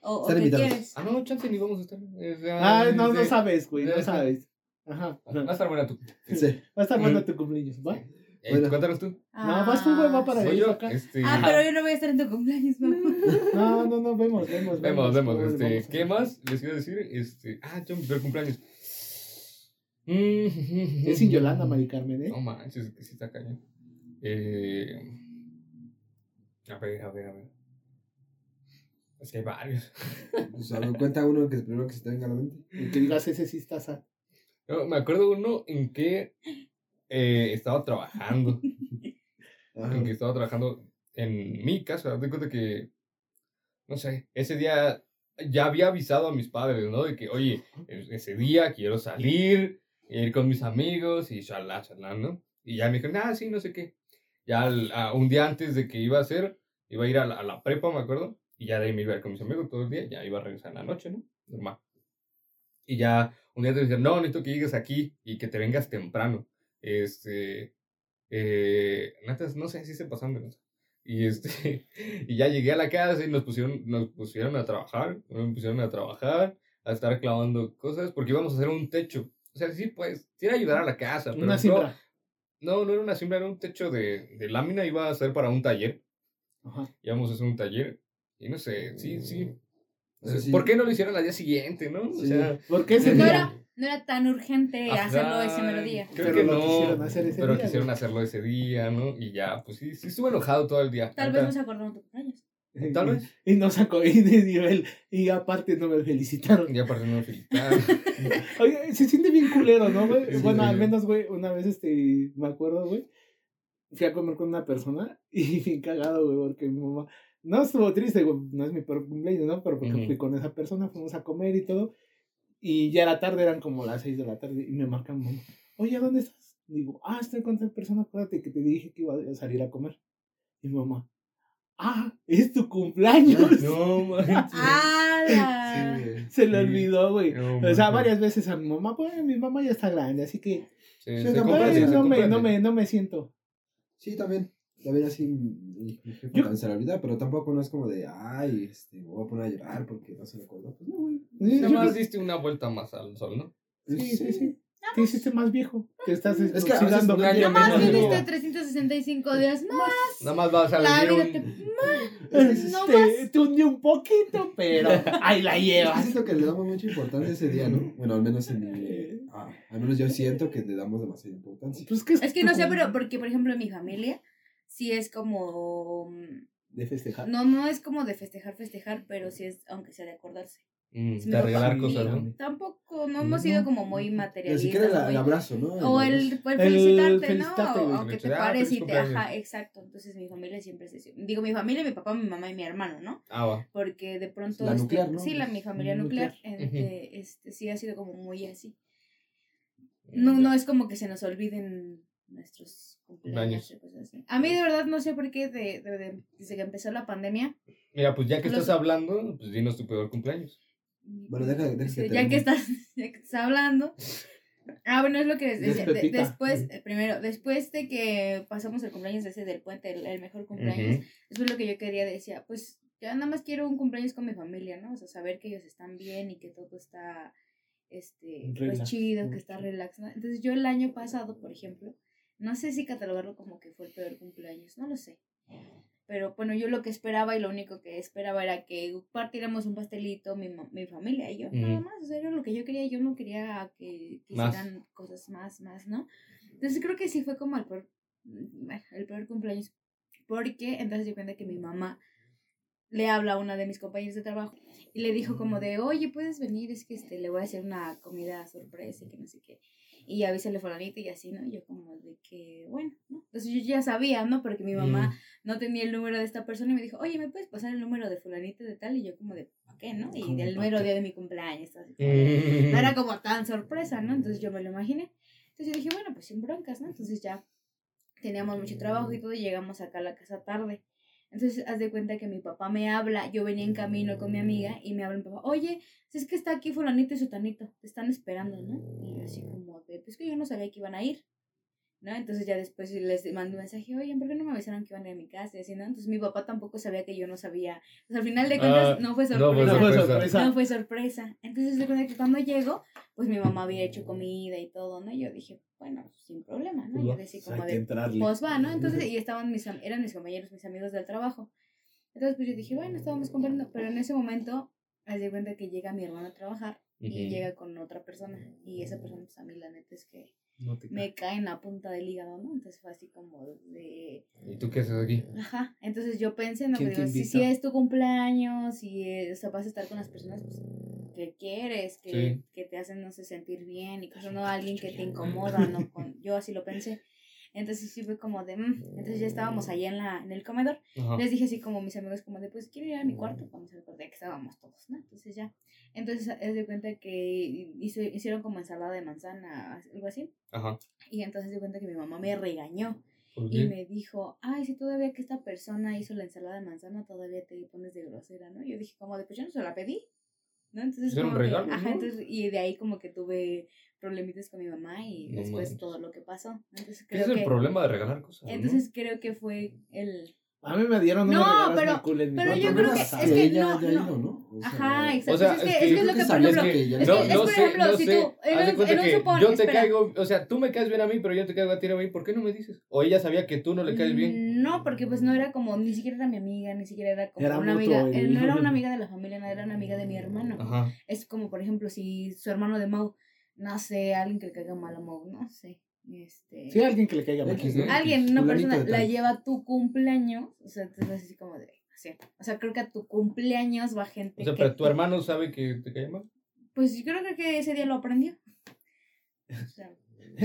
S4: O, o
S2: Están
S4: que
S2: invitados.
S4: quieres.
S1: Ah, no, chance ni vamos a estar. Eh,
S3: Ah,
S1: sí.
S3: no, no sabes, güey,
S1: Ya
S3: no
S1: está.
S3: sabes. Ajá.
S1: Va a
S3: Va
S1: estar buena tú.
S2: Sí.
S3: a estar bueno tu cumpleaños, ¿va?
S1: Eh,
S2: Bueno.
S1: Cuéntanos tú.
S3: No, vas tú, güey, va para
S1: Soy
S3: ahí.
S1: yo.
S3: acá.
S1: Este,
S4: Ah, pero yo no voy a estar en tu cumpleaños, mamá.
S3: No, no, no, vemos, vemos.
S1: Vemos, vemos.
S3: cómo le
S1: Este,
S3: vamos a-
S1: ¿Qué más les quiero decir? Este, ah, yo mi primer cumpleaños. Mm.
S3: Es sin Yolanda, Mari Carmen, ¿eh?
S1: No manches, que sí está cañón. Eh, a ver, a ver, a ver. Es que hay varios.
S2: O sea, me cuenta uno que es primero que se te venga a la mente.
S3: Y que digas, ese sí está sano.
S1: No, me acuerdo uno en que eh, estaba trabajando. en que
S2: Ajá.
S1: estaba trabajando en mi casa. Te cuenta que, no sé, ese día ya había avisado a mis padres, ¿no? De que, oye, e- ese día quiero salir, ir con mis amigos y charlar, charlar, ¿no? Y ya me dijeron, ah, sí, no sé qué. Ya al- a- un día antes de que iba a ser, iba a ir a la, a la prepa, me acuerdo, y ya de ahí me iba a ir con mis amigos todo el día, ya iba a regresar en la noche, ¿no? Normal. Y ya un día te dijeron, no, necesito que llegues aquí y que te vengas temprano. Este, eh, neta, no sé si se pasaron de lanza. Y este, y ya llegué a la casa y nos pusieron, nos pusieron a trabajar, nos pusieron a trabajar, a estar clavando cosas, porque íbamos a hacer un techo. O sea, sí, pues, sí era ayudar a la casa, Ah, pero
S3: Una
S1: no-
S3: siembra.
S1: No, no era una siembra, era un techo de, de lámina, iba a ser para un taller.
S3: Ajá.
S1: Íbamos a hacer un taller. Y no sé, sí, sí.
S2: O sea, sí.
S1: ¿Por qué no lo hicieron al día siguiente, no? O
S2: Sí.
S1: sea,
S3: ¿Por qué ese
S4: No
S3: día?
S4: era, no era tan urgente
S1: Ajá.
S4: Pues eh, hacerlo ese melodía.
S1: Creo
S3: Pero
S1: que
S3: lo
S1: no,
S3: quisieron hacer ese
S1: pero
S3: día,
S1: quisieron
S3: güey.
S1: hacerlo ese día, ¿no? Y ya, pues sí, sí estuve enojado todo el día.
S4: Tal
S1: Neta.
S4: vez no se acordaron de tu cumpleaños.
S1: Tal vez.
S3: Y no sacó y de nivel. Y aparte no me felicitaron.
S1: Ya para no felicitar.
S3: Oye, se siente bien culero, ¿no, güey?
S1: Sí,
S3: Bueno,
S1: sí.
S3: al menos, güey, una vez, este, me acuerdo, güey, fui a comer con una persona y bien cagado, güey, porque mi mamá, no estuvo triste, güey, no es mi peor cumpleaños, ¿no? Pero porque
S1: Ujú.
S3: fui con esa persona, fuimos a comer y todo, y ya era tarde, eran como las 6 de la tarde, y me marcan, mamá, oye, ¿a ¿dónde estás? Digo, ah, estoy con tal persona, acuérdate que te dije que iba a salir a comer. Y mi mamá, ah, es tu cumpleaños.
S1: No, manches.
S4: Ah. ¡Hala!
S2: Sí, güey.
S3: Se le
S1: sí.
S3: olvidó, güey.
S1: No,
S3: O sea,
S1: manches.
S3: varias veces a mi mamá, pues mi mamá ya está grande, así que
S1: Se,
S2: Sí,
S1: se
S2: no,
S1: comprende,
S3: Ay,
S1: se
S3: no, me,
S1: comprende.
S3: no, me, no me siento.
S2: Sí, también. También así mi mi jefa
S3: Yo-
S2: también se la olvida, pero tampoco no es como de, ay, este, me voy a poner a llorar porque no se me acordó. Pues no, güey.
S1: Nada más diste una vuelta más al sol, ¿no?
S3: Sí, sí, sí. Te
S4: pues.
S3: hiciste más viejo. Te estás
S2: que a veces
S3: oxidando.
S1: un año
S4: Más
S1: menos,
S4: bien
S1: digo.
S4: este 365 días más.
S1: Nada más vas a
S4: La
S1: leer
S4: vida
S1: un...
S4: te.
S3: Este,
S4: No
S3: te hundí un poquito, pero ahí la
S2: Es que
S3: llevas.
S2: siento que le damos mucha importancia a ese día, ¿no? Bueno, al menos en mi. ah, al menos yo siento que le damos demasiada importancia.
S3: Pues, ¿qué
S4: Es que no sé, pero porque, por ejemplo, en mi familia sí es como. mm,
S3: De festejar.
S4: No, no es como de festejar, festejar, pero sí es, aunque sea de acordarse.
S1: Mm,
S4: Sí,
S1: de arreglar
S3: sí,
S1: cosas, ¿no?
S3: también.
S4: tampoco, no Pues, hemos sido como muy
S2: Pues Ni
S4: materialistas.
S2: siquiera la-
S4: muy-
S2: el abrazo, ¿no?
S4: O el, el
S3: El
S4: felicitarte,
S3: felicitarte,
S4: ¿no?
S3: güey.
S4: Aunque te
S1: Ah,
S4: pares
S1: feliz
S4: y te. Ajá,
S1: cumpleaños.
S4: exacto. Entonces mi familia siempre se. Digo, mi familia, mi papá, mi mamá y mi hermano, ¿no?
S1: Ah, va.
S4: Porque de pronto.
S2: La
S4: este,
S2: nuclear, ¿no?
S4: Sí, la, mi familia nuclear.
S1: nuclear.
S4: este, este, sí, ha sido como muy así. No, no es como que se nos olviden nuestros cumpleaños. y cosas así. A mí, de verdad, no sé por qué de- de- de- desde que empezó la pandemia.
S1: Mira, pues ya que
S4: Los-
S1: estás hablando, pues dinos tu peor cumpleaños.
S2: Bueno, deja- deja que
S4: Este, ya
S2: termine.
S4: que estás, ya que estás hablando. Ah, bueno, es lo que les decía. De-
S3: Despetita.
S4: después, eh, primero, después de que pasamos el cumpleaños ese del puente, el, el mejor cumpleaños,
S1: Ujú.
S4: eso es lo que yo quería, decía, pues ya nada más quiero un cumpleaños con mi familia, ¿no? O sea, saber que ellos están bien y que todo está, este, pues
S3: Relax.
S4: chido, que está relax. ¿no? Entonces yo el año pasado, por ejemplo, no sé si catalogarlo como que fue el peor cumpleaños, no lo sé. Pero bueno, yo lo que esperaba y lo único que esperaba era que partiéramos un pastelito, mi, ma- mi familia y yo, nada
S1: Ujú.
S4: más. O sea, era lo que yo quería, yo no quería que
S1: Más.
S4: quisieran cosas más, más, ¿no? Entonces creo que sí fue como el peor, mm, bueno, el peor cumpleaños. Porque entonces yo cuenta que mi mamá le habla a una de mis compañeros de trabajo y le dijo
S3: Mm.
S4: como de, oye, puedes venir, es que este, le voy a hacer una comida sorpresa y que no sé qué. Y ya avísale fulanito y así, ¿no? Y yo como de que, bueno, ¿no? Entonces yo ya sabía, ¿no? Porque mi mamá
S3: Mm.
S4: no tenía el número de esta persona y me dijo, oye, ¿me puedes pasar el número de fulanito de tal? Y yo como de, ¿para qué, no? Y
S3: ¿Cómo
S4: del
S3: pa'
S4: número
S3: qué?
S4: día de mi cumpleaños. así como de-
S1: Mm.
S4: no era como tan sorpresa, ¿no? Entonces yo me lo imaginé. Entonces yo dije, bueno, pues sin broncas, ¿no? Entonces ya teníamos mucho trabajo y todo, y llegamos acá a la casa tarde. Entonces, haz de cuenta que mi papá me habla, yo venía en camino con mi amiga y me habla mi papá, oye, si es que está aquí fulanito y sutanito, te están esperando, ¿no? Y yo así como, de, pues que yo no sabía que iban a ir, ¿no? Entonces ya después les mando un mensaje, oye, ¿por qué no me avisaron que iban a ir a mi casa? Y así, ¿no? Entonces mi papá tampoco sabía que yo no sabía. O sea, al final de cuentas,
S1: Ah,
S4: no fue
S1: no fue
S4: sorpresa.
S3: No fue
S1: sorpresa.
S3: sorpresa.
S4: No fue sorpresa. Entonces, de cuenta que cuando llegó, pues mi mamá había hecho comida y todo, ¿no? Yo dije, bueno, sin problema, ¿no? Yo decía
S3: Pues
S4: como
S3: hay que
S4: de,
S3: entrarle.
S4: pues va, ¿no? Entonces, y estaban mis, am- eran mis compañeros, mis amigos del trabajo. Entonces, pues yo dije, bueno, estábamos comprando. Pero en ese momento, haz de cuenta que llega mi hermano a trabajar y
S1: Ujú.
S4: llega con otra persona. Y esa persona, pues a mí la neta es que
S3: No te
S4: me cae en la punta del hígado, ¿no? Entonces fue así como de...
S1: ¿Y tú qué haces aquí?
S4: Ajá, entonces yo pensé, no,
S3: ¿Quién
S4: pero
S3: te
S4: si,
S3: invita?
S4: si es tu cumpleaños, si eh, o sea, vas a estar con las personas pues, que quieres, que,
S1: Sí.
S4: que te hacen, no sé, sentir bien y cosas, no alguien que te incomoda, ¿no? Con, yo así lo pensé. Entonces sí fue como de, mm. entonces ya estábamos allá en, la, en el comedor.
S1: Ajá.
S4: Les dije así como a mis amigos, como de, pues quiero ir a mi cuarto, vamos al cuarto, ya que estábamos todos, ¿no? Entonces ya, entonces es de cuenta que hizo- hicieron como ensalada de manzana, algo así.
S1: Ajá.
S4: Y entonces de cuenta que mi mamá me regañó.
S1: ¿Por
S4: Y
S1: qué?
S4: me dijo, ay, si todavía que esta persona hizo la ensalada de manzana, todavía te pones de grosera, ¿no? Yo dije, como de, pues yo no se la pedí, ¿no? Entonces,
S1: Pues era un
S4: como que-
S1: regalo,
S4: ajá,
S1: ¿no?
S4: entonces, y de ahí como que tuve problemitas con mi mamá y
S1: No
S4: después
S1: manches.
S4: todo lo que pasó. Entonces,
S1: Ese
S4: creo
S1: es el
S4: que,
S1: problema de regalar cosas. ¿no?
S4: entonces creo que fue el...
S3: A mí me dieron unos
S4: No,
S3: regalos
S4: pero-
S3: bien cool en mi
S4: pero
S3: cuarto.
S4: yo
S3: No
S4: creo
S3: me
S4: que-
S3: pasaba.
S4: es que
S2: ella
S4: no,
S2: ya ha
S4: no.
S2: ido, ¿no? O sea,
S4: Ajá, exacto. Pues,
S1: o sea,
S4: es, que,
S1: es
S4: es
S1: que
S4: que
S1: yo
S4: es lo
S2: creo
S4: que, por
S2: sabías
S4: ejemplo,
S2: ya
S4: es
S2: no-
S4: que- es por ejemplo, si tú- en
S1: Haz de
S4: un-
S1: cuenta
S4: en un
S1: que
S4: supón,
S1: yo te
S4: espera.
S1: caigo, o sea, tú me caes bien a mí, pero yo te caigo a ti a mí, ¿por qué no me dices? O ella sabía que tú no le caes bien.
S4: No, porque pues no era como, ni siquiera era mi amiga, ni siquiera era como
S3: Era
S4: una
S3: mutuo
S4: amiga,
S3: el-
S4: eh, no era una amiga de la familia, no era una amiga de mi hermano.
S1: Ajá.
S4: Es como, por ejemplo, si su hermano de Mau, no sé, alguien que le caiga mal a Mau, no sé. Este,
S3: Sí, pues, alguien que le caiga mal.
S2: X, ¿no?
S4: alguien, una
S2: Fulanito
S4: persona,
S2: de
S4: la
S2: tal.
S4: lleva a tu cumpleaños, o sea, entonces así como de, así. O sea, creo que a tu cumpleaños va gente
S1: O sea,
S4: que-
S1: pero tu hermano sabe que te cae mal.
S4: Pues yo creo que ese día lo aprendió. O sea,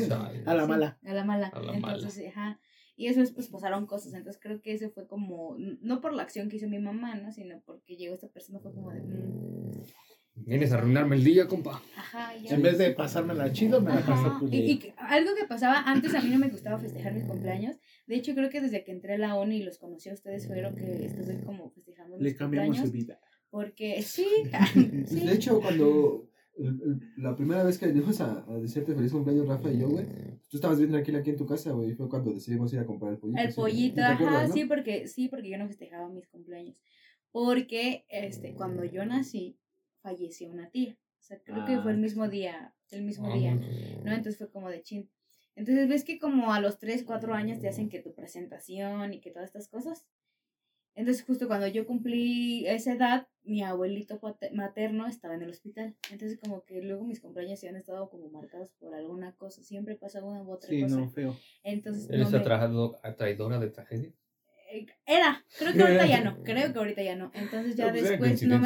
S1: Sabe.
S3: A la
S4: sí,
S3: mala.
S4: A la mala.
S1: A la
S4: entonces, ajá. Y eso es, pues pasaron cosas. Entonces creo que ese fue como, n- no por la acción que hizo mi mamá, ¿no? Sino porque llegó esta persona, fue como de, mm,
S1: Vienes a arruinarme el día, compa.
S4: ajá, ya.
S3: En vez de pasármela chido, me la pasé
S4: Ajá,
S3: cool.
S4: Y, y que- algo que pasaba antes, a mí no me gustaba festejar mis cumpleaños. De hecho, creo que desde que entré a la ONI y los conocí a ustedes, fueron que estuve como festejando mis
S3: Le cambiamos su
S4: cumpleaños.
S3: vida.
S4: Porque sí,
S2: Pues, De hecho, cuando el- el- la primera vez que venimos a, a decirte feliz cumpleaños, Rafa y yo, güey, tú estabas bien tranquila aquí en tu casa, güey. Fue cuando decidimos ir a comprar el pollito.
S4: el
S2: ¿sí?
S4: pollito,
S2: ¿Te
S4: ajá,
S2: acuerdas, no?
S4: sí, porque sí, porque yo no festejaba mis cumpleaños. Porque este, cuando yo nací, falleció una tía. O sea, creo que
S3: Ah,
S4: fue el mismo día, el mismo
S2: Ah,
S4: día, ¿no? Entonces fue como de chin. Entonces ves que como a los 3, 4 años te hacen que tu presentación y que todas estas cosas. Entonces, justo cuando yo cumplí esa edad, mi abuelito pater- materno estaba en el hospital. Entonces, como que luego mis cumpleaños se han estado como marcados por alguna cosa. Siempre pasa una u otra
S3: Sí,
S4: cosa.
S3: no, feo.
S4: Entonces, no
S1: ¿Eres
S4: me-
S1: atrajado- atraidora de tragedia?
S4: eh, Era, creo que ahorita ya no, creo que ahorita ya no. Entonces ya
S1: No, pues, era
S4: después no me,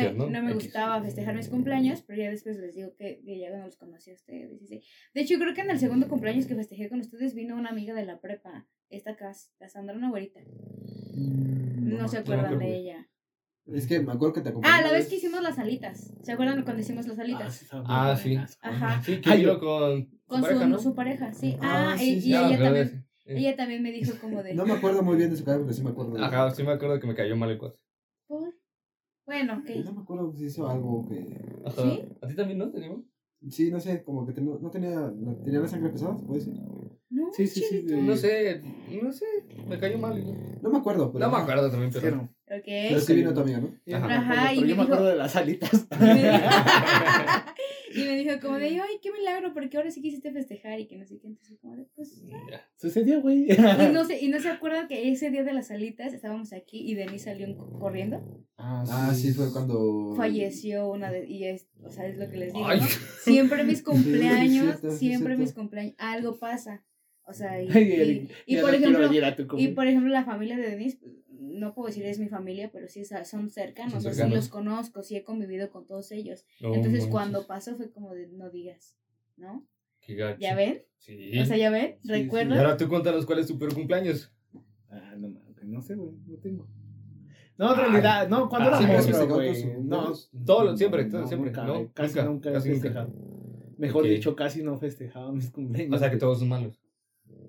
S1: coincidencia, ¿no?
S4: no me
S1: X.
S4: gustaba festejar mis cumpleaños, pero ya después les digo que que ya cuando los conocí a ustedes. y sí. De hecho, creo que en el segundo cumpleaños que festejé con ustedes vino una amiga de la prepa, esta Cas, la Sandra, una güerita. No se acuerdan de ella.
S2: Es que me acuerdo que te acompañé.
S4: Ah, la
S2: una
S4: vez que hicimos las alitas. ¿Se acuerdan cuando hicimos las alitas?
S1: Ah, sí.
S4: Ajá.
S1: Sí, que
S3: Ay,
S1: vino con,
S4: Con
S1: pareja,
S4: su,
S1: ¿no?
S4: su pareja, sí.
S2: Ah,
S4: Ah,
S2: sí,
S4: y-
S2: sí,
S4: y
S1: Ya,
S4: ella
S1: pero
S4: también,
S1: es-
S4: ella también me dijo como de...
S2: No me acuerdo muy bien de su cara, pero sí me acuerdo. de-
S1: Ajá, sí me acuerdo que me cayó mal el cuate.
S4: "Por". Bueno, ok.
S2: No me acuerdo si hizo algo que.
S1: Ajá.
S4: ¿Sí?
S1: ¿A ti también no, Tenemos?
S2: Sí, no sé, como que ten- no tenía, no tenía la sangre pesada, ¿se puede decir?
S4: No,
S3: Sí, sí, sí.
S4: chinito.
S3: de-
S1: No sé, no sé, me cayó mal. No,
S2: No me acuerdo, pero.
S1: me acuerdo también, pero...
S3: Pero-
S2: Pero
S4: Ok.
S2: sí vino tu amiga, ¿no?
S1: Ajá.
S4: Ajá, y
S3: pero yo
S4: me
S3: me
S4: dijo-
S3: acuerdo de las alitas.
S4: Y me dijo- y me dijo como de, ay, qué milagro, porque ahora sí quisiste festejar y que no sé qué. Entonces, como de, pues...
S1: Ya.
S3: Sucedió, güey.
S4: Y no, se, y no se acuerdan que ese día de las alitas estábamos aquí y Denis salió en- corriendo.
S2: Ah, sí, fue cuando.
S4: Falleció una de... Y es, o sea, es lo que les digo,
S1: Ay.
S4: ¿no? Siempre mis cumpleaños,
S2: cierto, sí,
S4: siempre
S2: cierto.
S4: mis cumpleaños, algo pasa. O sea, y,
S3: Ay,
S4: y-
S3: Eric,
S4: y
S3: Ya
S4: por
S3: no quiero
S4: ejemplo,
S3: venir a tu
S4: Y
S3: cumple.
S4: por ejemplo, la familia de Denise, no puedo decir es mi familia, pero sí sa- son cercanos,
S1: Son
S4: o sea, sí
S1: cercanos.
S4: los conozco, sí he convivido con todos ellos.
S1: No
S4: Entonces,
S1: manches,
S4: cuando pasó fue como de no digas, ¿no?
S1: Qué gacho.
S4: ¿Ya ven?
S1: Sí.
S4: O sea, ¿ya ven?
S3: Sí,
S1: y
S3: sí.
S4: ¿Recuerdan?
S1: ahora tú cuéntanos cuál es tu peor cumpleaños.
S3: Ah, no, mames, no sé, güey, no tengo. No, en
S1: Ay.
S3: realidad, no,
S1: Ah,
S3: cuando era
S1: ¿siempre has
S3: morro,
S2: festejado
S3: güey,
S2: tus
S3: No,
S2: cumpleaños?
S1: Todo, lo- siempre, todo, siempre,
S3: nunca,
S1: ¿no?
S3: güey, Casi
S1: Nunca,
S3: nunca
S1: casi
S3: he
S1: nunca.
S3: festejado. Mejor
S1: Ok.
S3: dicho, casi no festejaba mis cumpleaños.
S1: O sea, que todos son malos.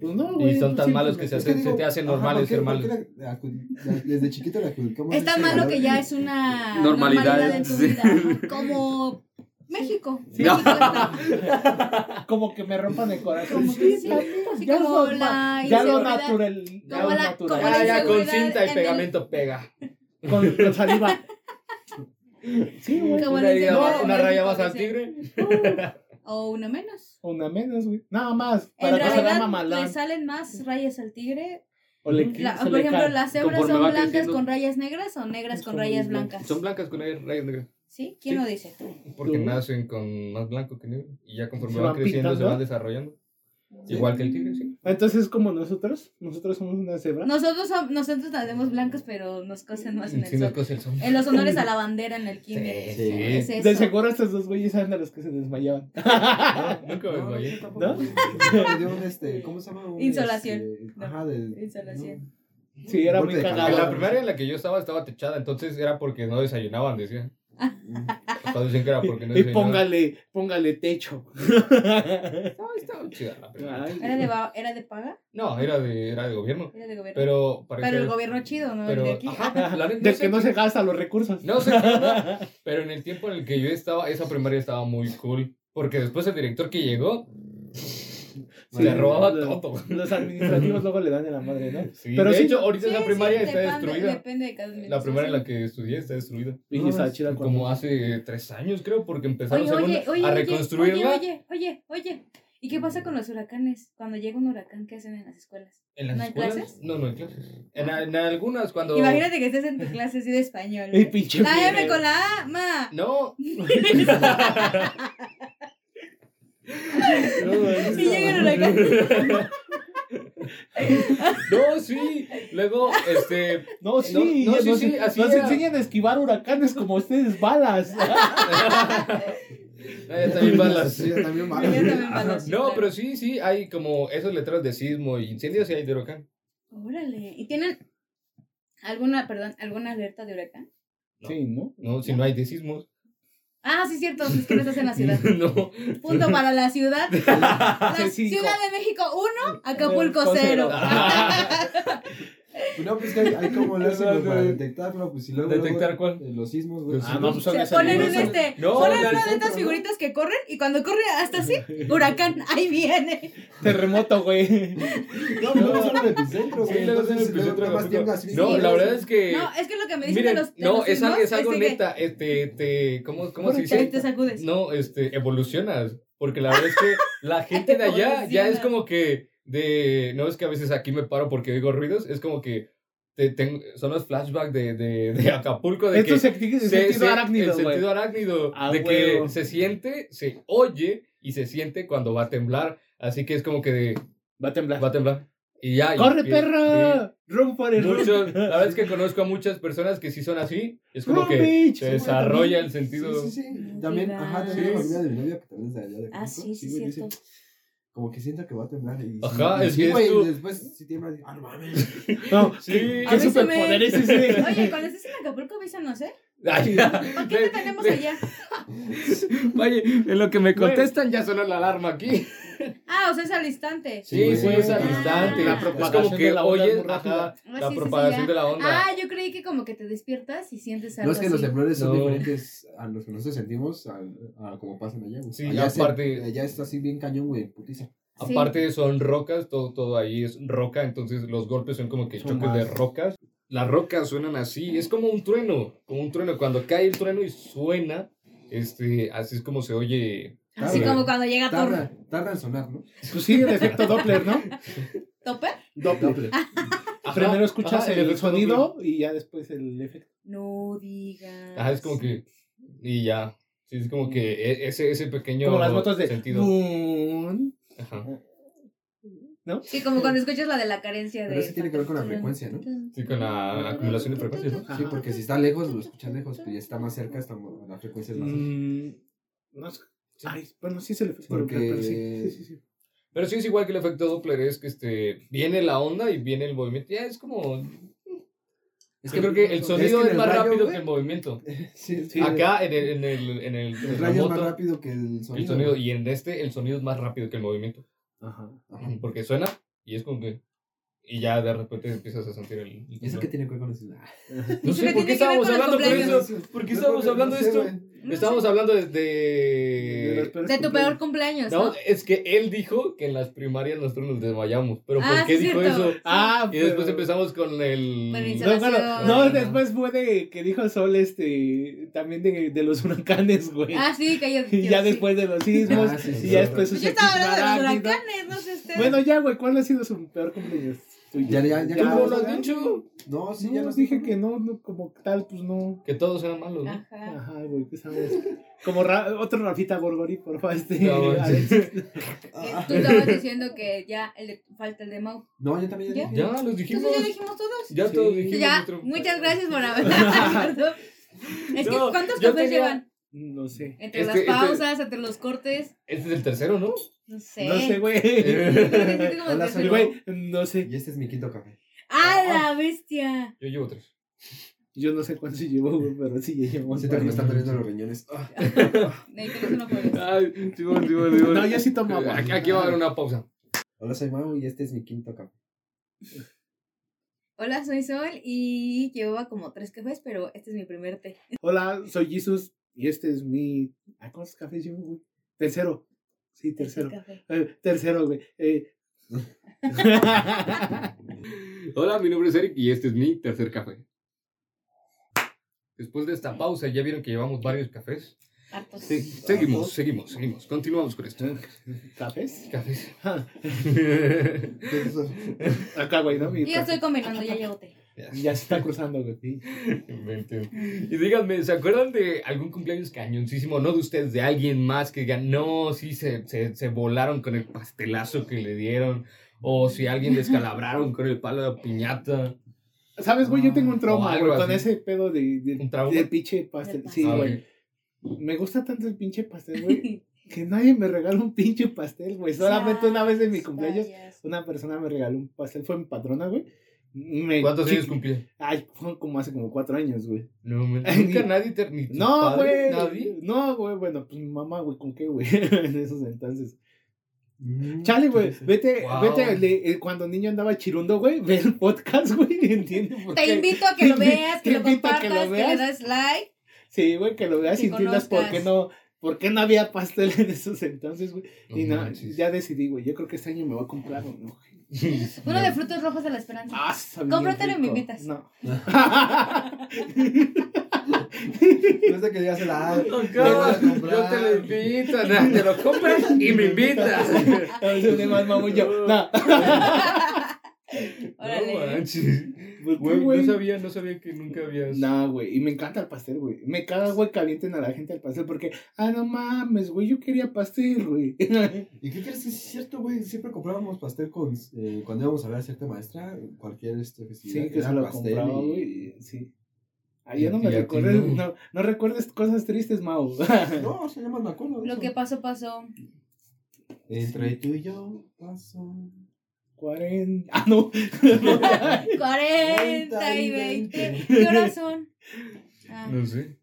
S3: Pues no,
S1: Y
S3: güey,
S1: son
S3: pues
S1: tan
S3: siempre
S1: malos
S3: me-
S1: que se
S2: Es que
S1: hacen, se
S2: digo,
S1: te hacen
S2: ajá,
S1: normales
S2: ¿por
S1: ser
S2: qué- por
S1: malos.
S2: qué la- la acud- la- Desde chiquito la adjudicamos.
S4: Es tan
S2: ese
S4: malo
S2: valor
S4: que ya es una
S6: Normalidad.
S4: en tu
S6: Sí.
S4: vida. ajá, Como México.
S3: Sí.
S4: México está-
S3: Como que me rompan el corazón.
S4: Como que sí, así
S3: ya
S4: como
S3: lo-
S4: la
S3: Ya lo
S4: inseguridad.
S3: natural. Ya
S4: Como
S3: lo
S4: la-
S3: natural.
S4: como la
S1: Ah, ya, con
S4: inseguridad
S1: cinta
S4: en
S1: y
S4: el-
S1: pegamento pega.
S3: con, con saliva. Sí, güey.
S4: Como
S1: Una,
S4: la
S1: herida
S4: inseguridad
S1: más-
S4: en
S1: una raya
S4: México,
S1: más al
S4: dicen.
S1: tigre.
S4: O una menos.
S3: Una menos, güey. Nada más. Para
S4: En
S3: que se vea
S4: realidad pues, le
S3: mamalón.
S4: salen más rayas al tigre.
S3: O le,
S4: La-
S3: se
S4: por
S3: le
S4: ejemplo,
S3: cae.
S4: las cebras
S6: Conforme
S4: son
S6: va
S4: blancas
S6: creciendo.
S4: con rayas negras o negras con
S3: Son
S4: rayas
S3: blancas.
S4: blancas.
S1: Son blancas con rayas negras.
S4: ¿Sí? ¿Quién
S1: Sí.
S4: lo dice?
S1: Porque
S3: Ujú.
S1: nacen con más blanco que negro. Y ya conforme
S3: Se
S1: van
S3: van
S1: creciendo, se
S3: pintando.
S1: van desarrollando.
S2: Sí.
S1: Igual que el tigre, sí.
S3: Entonces, como nosotros, nosotros somos una cebra.
S4: Nosotros, som- nosotros nacemos blancos, pero nos cosen más en el
S1: Sí, nos
S4: sol.
S1: cose el sol.
S4: En los honores a la bandera en el kinder.
S1: Sí,
S2: sí.
S4: Es eso.
S3: De seguro estos dos güeyes eran de los que se desmayaban.
S1: No, Nunca me
S2: No, no,
S1: desmayé.
S2: yo tampoco.
S3: ¿No?
S2: Me dio un, este, ¿Cómo se llama? Un,
S4: Insolación.
S2: este,
S4: No.
S2: Ajá, de.
S4: Insolación.
S3: Sí, era
S2: Golpe
S3: muy
S2: de
S1: Ah,
S2: calor.
S3: cagado.
S1: la primaria en la que yo estaba estaba techada, entonces era porque no desayunaban, decían.
S2: Mm.
S1: Todos decían que era porque no
S3: Y
S1: desayunaban.
S3: póngale, póngale techo.
S1: No, estaba chida la primaria.
S3: Ay,
S4: ¿Era de, ba- ¿Era de paga?
S1: No, era de, era de gobierno.
S4: ¿Era de gobierno? Pero,
S1: Pero parecía.
S4: el gobierno chido, ¿no? El
S1: Pero,
S4: de aquí.
S1: ajá, la neta,
S3: de
S1: no sé
S3: que no
S1: qué-
S3: se gastan los recursos.
S1: No sé qué onda, pero en el tiempo en el que yo estaba, esa primaria estaba muy cool. Porque después el director que llegó se la robaba
S3: los-
S1: todo.
S3: Los administrativos luego le dan en la madre, ¿no?
S1: Sí,
S3: Pero
S1: de
S3: sí-
S1: hecho, ahorita
S4: Sí,
S1: esa
S4: sí,
S1: primaria está
S4: depende-
S1: destruida.
S4: Depende de cada
S1: La primaria en la que estudié está destruida.
S3: Y
S2: No,
S3: está
S2: es-
S3: chida cuando-
S1: Como hace tres años, creo, porque empezaron
S4: Oye,
S1: según,
S4: oye, oye,
S1: a
S4: oye,
S1: reconstruirla.
S4: Oye, oye, oye, oye. ¿Y qué pasa con los huracanes? Cuando llega un huracán, ¿qué hacen en las escuelas?
S1: ¿En las
S4: ¿No hay
S1: escuelas?
S4: clases?
S1: No, no hay clases. En, en algunas, cuando.
S4: Imagínate que estés en tu clase así de español.
S3: Y
S4: ¿no?
S3: pinche.
S4: La M
S3: mierda.
S4: con la A, ma.
S1: No.
S3: No, güey.
S4: Y llega el huracán.
S1: No, sí. Luego, este.
S3: No, sí,
S1: No, no, sí,
S3: nos,
S1: sí,
S3: nos
S1: así era.
S3: enseñan a esquivar huracanes como ustedes balas.
S1: No, Ah, ya también balas.
S2: Sí, también
S4: Yo
S2: balas.
S4: también balas, sí,
S1: No,
S4: claro.
S1: pero sí, sí, hay como esas letras de sismo y incendios y hay de huracán.
S4: Órale. ¿Y tienen alguna, perdón, alguna alerta de huracán?
S3: Sí, ¿no?
S1: No, si no hay de sismos.
S4: Ah, sí, cierto. Es que no estás en la ciudad.
S1: No.
S4: Punto para la ciudad. La
S3: Sí, cinco.
S4: Ciudad de México 1, Acapulco
S3: Con
S4: 0.
S3: cero.
S1: Ah,
S2: No, pues que hay, hay como leer
S1: Exacto.
S2: para detectarlo, pues si luego.
S1: ¿Detectar cuál?
S2: eh, Los sismos, güey.
S1: Los
S2: Ah,
S1: sismos.
S2: no, pues,
S3: son esas
S4: Ponen un
S3: animales.
S4: este.
S1: No,
S4: ponen
S1: la-
S4: una de estas figuritas que corren y cuando corre hasta así, huracán, ahí viene.
S3: Terremoto, güey.
S2: No, pero luego son en el epicentro,
S1: Sí,
S2: güey.
S1: luego
S2: Entonces,
S1: son el
S2: si luego
S1: epicentro
S2: nada más
S1: de la
S2: tengas sismos,
S1: No,
S2: güey,
S1: la verdad es que.
S4: No, es que lo que me dicen
S1: Miren,
S4: de los. de
S1: no,
S4: los
S1: es, al-
S4: sismos
S1: es algo
S4: de que
S1: neta. Este, te, ¿Cómo, cómo se
S4: te-
S1: dice?
S4: Te sacudes.
S1: No, este, evolucionas. Porque la verdad es que la gente de allá ya es
S4: Evolucionas.
S1: como que de. No es que a veces aquí me paro porque oigo ruidos, es como que te, tengo- son los flashbacks de, de, de Acapulco de
S3: Esto
S1: que
S3: es sentido,
S1: se-
S3: sentido
S1: se-
S3: arácnido,
S1: el
S3: güey.
S1: sentido arácnido
S3: Ah,
S1: de
S3: huevo.
S1: que se siente, se oye y se siente cuando va a temblar. Así que es como que de,
S3: Va a temblar.
S1: va a temblar. Y ya. y-
S3: ¡Corre,
S1: y-
S3: perro! Run for it, run.
S1: Muchos, la verdad es que conozco a muchas personas que sí son así. Es como
S3: Run,
S1: que se
S3: bitch. Sí, güey,
S1: desarrolla el
S2: Sí,
S1: sentido.
S2: sí, sí. También, ajá, también
S1: Sí.
S2: la familia de mi novia, que también es de allá de
S4: Ah,
S2: Acapulco,
S4: sí, sí,
S2: güey,
S4: cierto.
S2: dice, Como que siento que va a temblar. Y,
S1: Ajá,
S2: y
S1: es
S2: sí,
S1: que es
S2: güey,
S1: tu-
S2: después si tiembla, digo, ah, no mames.
S3: también. No,
S1: Sí.
S3: ¿qué,
S1: A
S3: qué
S4: mí se me-
S3: superpoder es ese?
S4: Oye, cuando estés en Acapulco, avísanos, ¿eh?
S1: Ay,
S4: ¿Para qué te tenemos allá?
S1: Vaya, en lo que me contestan ya sonó la alarma aquí.
S4: Ah, o sea, es al instante.
S1: Sí,
S2: Sí,
S1: sí,
S2: güey.
S1: es al
S4: Ah.
S1: instante.
S2: La
S1: es
S5: propagación
S1: como
S5: de
S1: que
S5: la onda es
S1: oyes
S5: muy rápida.
S1: ajá,
S4: Ah, sí,
S1: la
S4: sí, sí,
S1: propagación
S4: ya.
S1: de la onda.
S4: Ah, yo creí que como que te despiertas y sientes algo
S2: No es que los
S4: así.
S2: temblores son
S1: No.
S2: diferentes a los que nosotros sentimos a, a como pasan allá, güey.
S1: Sí,
S2: allá se-
S1: aparte-
S2: allá está así bien cañón, güey, putiza.
S4: Sí.
S1: Aparte son rocas, todo, todo ahí es roca, entonces los golpes son como que
S3: Son
S1: choques de
S3: más.
S1: rocas. Las rocas suenan así, es como un trueno, como un trueno. Cuando cae el trueno y suena, este, así es como se oye.
S4: Así
S2: Tarda.
S4: como cuando llega Thor.
S2: Tarda, tarda en sonar, ¿no?
S3: Pues sí, el efecto Doppler, ¿no?
S4: ¿Tope?
S3: Doppler.
S4: Ah,
S1: Ajá,
S3: Primero escuchas
S1: ajá,
S3: el,
S1: efecto
S3: sonido
S1: doble.
S3: y ya después el efecto.
S4: No digas.
S2: Ah,
S1: Ajá, es como que. Y ya. Sí, es como que e- ese, ese pequeño
S3: Como las motos de.
S1: sentido.
S3: Boom.
S1: Ajá.
S4: Sí, como cuando escuchas la de la carencia de.
S2: Pero ese tiene que ver con la frecuencia, ¿no?
S1: Sí, con la acumulación de frecuencias, ¿no?
S2: Sí, porque si está lejos, lo escuchas lejos, pero ya está más cerca, está, mo- la frecuencia es más alta.
S3: Mm, no sé. Ay, bueno, sí es el efecto
S2: Porque-
S3: Doppler, pero sí. Sí, sí, sí.
S1: Pero sí es igual que el efecto Doppler, es que este, viene la onda y viene el movimiento. Ya es como. Es que creo que el sonido es,
S2: en el
S1: más
S2: rayo,
S1: rápido
S2: güey,
S1: que el movimiento.
S2: Sí,
S3: Sí,
S1: Acá en el, en el, en el,
S2: El
S1: en la
S2: rayo es más
S1: moto,
S2: rápido que el sonido.
S1: el sonido. Y en este, el sonido es más rápido que el movimiento.
S3: Ajá.
S2: Ajá.
S1: Porque suena y es como que. Y ya de repente empiezas a sentir el. el
S2: ¿Y eso
S1: temblor.
S2: qué tiene que ver con el sonido?
S1: No
S4: ¿Eso
S1: sé
S4: qué
S1: por qué
S4: tiene que ver
S1: estábamos
S4: con el
S1: hablando por
S4: cumpleaños?
S1: eso. ¿Por qué estábamos hablando de
S2: sé,
S1: esto?
S2: güey.
S1: Estábamos hablando de.
S3: De
S1: de...
S3: los peores
S4: De tu
S3: cumpleaños.
S4: peor cumpleaños.
S1: No,
S4: ¿no?
S1: es que él dijo que en las primarias nosotros nos desmayamos. Pero ¿por
S4: Ah,
S1: qué
S4: sí,
S1: dijo
S4: cierto.
S1: eso?
S3: Ah,
S1: Y después
S3: pero-
S1: empezamos con el.
S4: Con el
S3: No, claro, no,
S1: Instalación.
S3: después fue de que dijo Sol este también de, de los huracanes, güey.
S4: Ah, sí, que yo.
S3: y
S4: yo
S3: ya
S4: sí.
S3: después de los sismos,
S2: Ah, sí,
S3: y
S2: sí,
S3: ya
S2: sí.
S3: después
S4: Pues
S3: sus
S4: yo estaba hablando de los
S3: epidarias.
S4: huracanes, no sé ustedes.
S3: Bueno, ya, güey, ¿cuál ha sido su peor cumpleaños? Tuyo?
S2: Ya, ya, ya.
S1: ¿Tú no lo
S2: ¿verdad?
S1: has dicho?
S2: No, sí,
S3: No,
S2: ya lo
S3: dije que no, no, como tal, pues no.
S1: Que todos eran malos. ¿no?
S4: Ajá.
S3: Ajá, güey, ¿qué sabes? Como Ra- otro Rafita Gorgori, por favor, este.
S1: No,
S3: a
S1: sí.
S3: ver.
S1: pues,
S4: Eh,
S2: Ah,
S4: Tú estabas diciendo que ya el de- falta el de Mau.
S2: No, yo también ya
S4: ¿Ya?
S2: dije.
S1: Ya, los dijimos.
S4: Entonces ya dijimos todos.
S1: Ya
S3: Sí.
S1: todos dijimos.
S4: Ya,
S1: nuestro-
S4: muchas gracias por haber. ¿cierto? es que,
S1: No,
S4: ¿cuántos
S1: yo
S4: cafés
S1: tenía-
S4: llevan?
S3: No sé.
S4: Entre
S1: Este-
S4: las
S1: este-
S4: pausas, entre los cortes.
S1: Este es el tercero, ¿no?
S4: No sé.
S3: No sé, güey.
S4: Yo
S1: Eh,
S4: creo que sí, como
S2: Hola,
S4: tres,
S3: Sí,
S2: soy
S4: pero-
S3: Güey, no sé.
S2: Y este es mi quinto café.
S4: ¡Ah, la bestia!
S1: Yo llevo tres.
S3: Yo no sé cuánto se llevó, güey, pero sí ya llevó.
S2: Siento que me
S3: varios.
S2: están doliendo los riñones. Ah,
S4: Necesitamos una prueba.
S1: Ay, Simón, Simón, Simón.
S3: No, yo sí tomo agua.
S1: Aquí, aquí va a haber una pausa.
S2: Hola, soy Mau y este es mi quinto café.
S4: Hola, soy Sol y llevaba como tres cafés, pero este es mi primer té.
S3: Hola, soy Jesus y este es mi. ¿A cuántos cafés llevo, güey? Tercero. Sí, tercero.
S4: café.
S3: Eh, tercero, güey. Eh.
S1: Hola, mi nombre es Eric y este es mi tercer café. Después de esta pausa, ¿ya vieron que llevamos varios cafés?
S4: Hartos.
S1: Sí, seguimos, seguimos, seguimos. Continuamos con esto.
S3: ¿Cafés?
S1: Cafés.
S3: Ah,
S2: ¿Qué es eso?
S3: Acá, güey, ¿no? Mi
S4: Yo ya
S3: café.
S4: estoy combinando, ya llevo té.
S3: Ya se está cruzando, güey. Sí.
S1: Inventen. Y díganme, ¿se acuerdan de algún cumpleaños cañoncísimo? No de ustedes, de alguien más que digan, no, sí, se, se, se volaron con el pastelazo que le dieron. O si alguien descalabraron con el palo de piñata.
S3: ¿Sabes, güey? Yo tengo un
S1: O
S3: trauma,
S1: algo
S3: güey, con
S1: así.
S3: ese pedo de, de,
S1: ¿Un trauma?
S3: de pinche pastel.
S4: De
S3: Sí,
S1: Ah,
S3: güey. Me gusta tanto el pinche pastel, güey, que nadie me regala un pinche pastel, güey. Solamente una vez en mi cumpleaños,
S4: Vayas.
S3: una persona me regaló un pastel. Fue mi patrona, güey. Me-
S1: ok. ¿Cuántos
S3: sí,
S1: años cumplí?
S3: Ay, fue como hace como cuatro años, güey.
S1: No, man,
S3: Ay,
S1: nunca
S3: ni-
S1: nadie te. ni tus
S3: No,
S1: padres,
S3: güey.
S1: Nadie.
S3: No, güey. Bueno, pues mi mamá, güey, ¿con qué, güey? en esos entonces.
S2: Mm,
S3: Chale, güey. Vete,
S1: Wow.
S3: vete. le- eh, cuando niño andaba chirundo, güey, ve el podcast, güey. ¿Entiendes? por
S4: Te
S3: qué?
S4: invito a que
S3: Te
S4: lo
S3: invi-
S4: veas, que
S3: te
S4: lo
S3: invito a
S4: compartas,
S3: que
S4: que,
S3: lo
S4: le
S3: veas.
S4: das like.
S3: Sí, güey, que lo veas
S4: Que
S3: y entiendas por
S4: conozcas.
S3: qué no. ¿Por qué no había pastel en esos entonces, güey? Y
S1: No
S3: nada,
S1: manches.
S3: ya decidí, güey. Yo creo que este año me voy a comprar uno. güey.
S4: Uno de frutos rojos de la esperanza.
S3: Ah, sabe bien
S4: Cómpratelo y me
S3: rico.
S4: invitas.
S3: No.
S2: No sé que digas el ah,
S1: Ok,
S2: me voy
S1: Yo te lo
S2: a comprar.
S1: invito, na, te lo compras y me invitas.
S3: A veces me mando mucho. No.
S4: Órale.
S1: No manches.
S3: ¿Por qué,
S1: Güey,
S3: güey?
S1: no sabía, no sabía que nunca habías.
S3: No, güey, y me encanta el pastel, güey. Me caga, güey, que avienten a la gente al pastel porque, ah, no mames, güey, yo quería pastel, güey.
S2: ¿Y qué crees que es cierto, güey? Siempre comprábamos pastel con, eh, cuando íbamos a ver a cierta maestra, cualquier este, festividad.
S3: Sí, que
S2: era
S3: se lo
S2: pastel
S3: compraba,
S2: y-
S3: güey. Sí. Ah, ya no
S1: Y
S3: me
S1: a ti
S3: recuerdes,
S1: no.
S3: no, no recuerdes cosas tristes, Mau.
S2: No, o sea, yo más me acuerdo. de
S4: Lo
S2: eso.
S4: que pasó, pasó.
S2: Entre tú y yo pasó.
S3: 40. Ah, no.
S4: 40 y 20. ¿Qué horas son? Ah.
S1: No sé.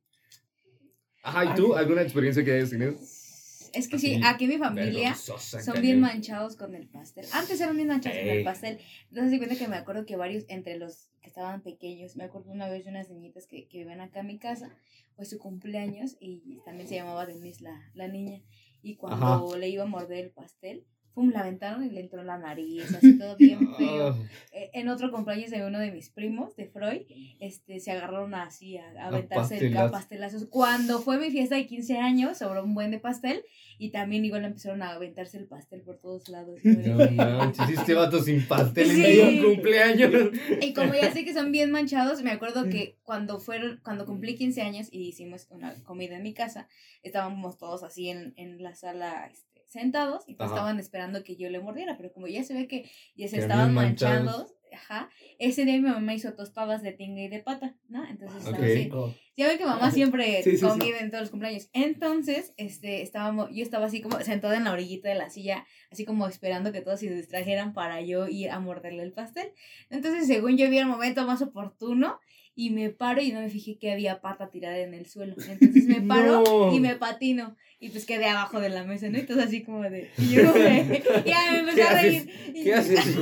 S1: Ajá, ¿y tú? ¿Alguna experiencia que hayas tenido?
S4: Es que sí,
S1: Así,
S4: aquí mi familia
S1: Vergonzosa,
S4: son bien
S1: cañón.
S4: manchados con el pastel. Antes eran bien manchados con
S1: Ey.
S4: el pastel. Entonces, di cuenta que me acuerdo que varios, entre los que estaban pequeños, me acuerdo una vez de unas niñitas que, que vivían acá en mi casa, fue su cumpleaños y también se llamaba Denise la, la niña. Y cuando le iba a morder el pastel, pum, la aventaron y le entró en la nariz, así todo bien feo.
S1: Ah,
S4: Eh, En otro cumpleaños de uno de mis primos, de Freud, este, se agarraron así a, a
S1: A
S4: aventarse a
S1: pastelazos.
S4: pastelazos. Cuando fue mi fiesta de 15 años, sobró un buen de pastel y también igual empezaron a aventarse el pastel por todos lados. Yo de
S1: no
S4: que-
S1: manches, este vato sin pastel
S4: Sí.
S1: en medio de un cumpleaños.
S4: Y como ya sé que son bien manchados, me acuerdo que cuando fueron, cuando cumplí 15 años y hicimos una comida en mi casa, estábamos todos así en, en la sala este, sentados y pues
S1: Ajá.
S4: estaban esperando que yo le mordiera, pero como ya se ve que ya se
S1: Que
S4: estaban
S1: bien manchados.
S4: manchados, ajá, ese día mi mamá hizo tostadas de tinga y de pata, ¿no? Entonces
S1: Ok.
S4: estaban así. Ya ven que mamá siempre
S3: Sí, sí, sí.
S4: comida en todos los cumpleaños. Entonces, este, estábamos, yo estaba así como sentada en la orillita de la silla, así como esperando que todos se distrajeran para yo ir a morderle el pastel. Entonces, según yo vi el momento más oportuno y me paro y no me fijé que había pata tirada en el suelo. Entonces me paro
S1: No.
S4: y me patino. Y pues quedé abajo de la mesa, ¿no? Y todos así como de... Y yo como de- ya me empecé
S1: ¿Qué
S4: a
S1: haces?
S4: reír. Y-
S1: ¿Qué haces?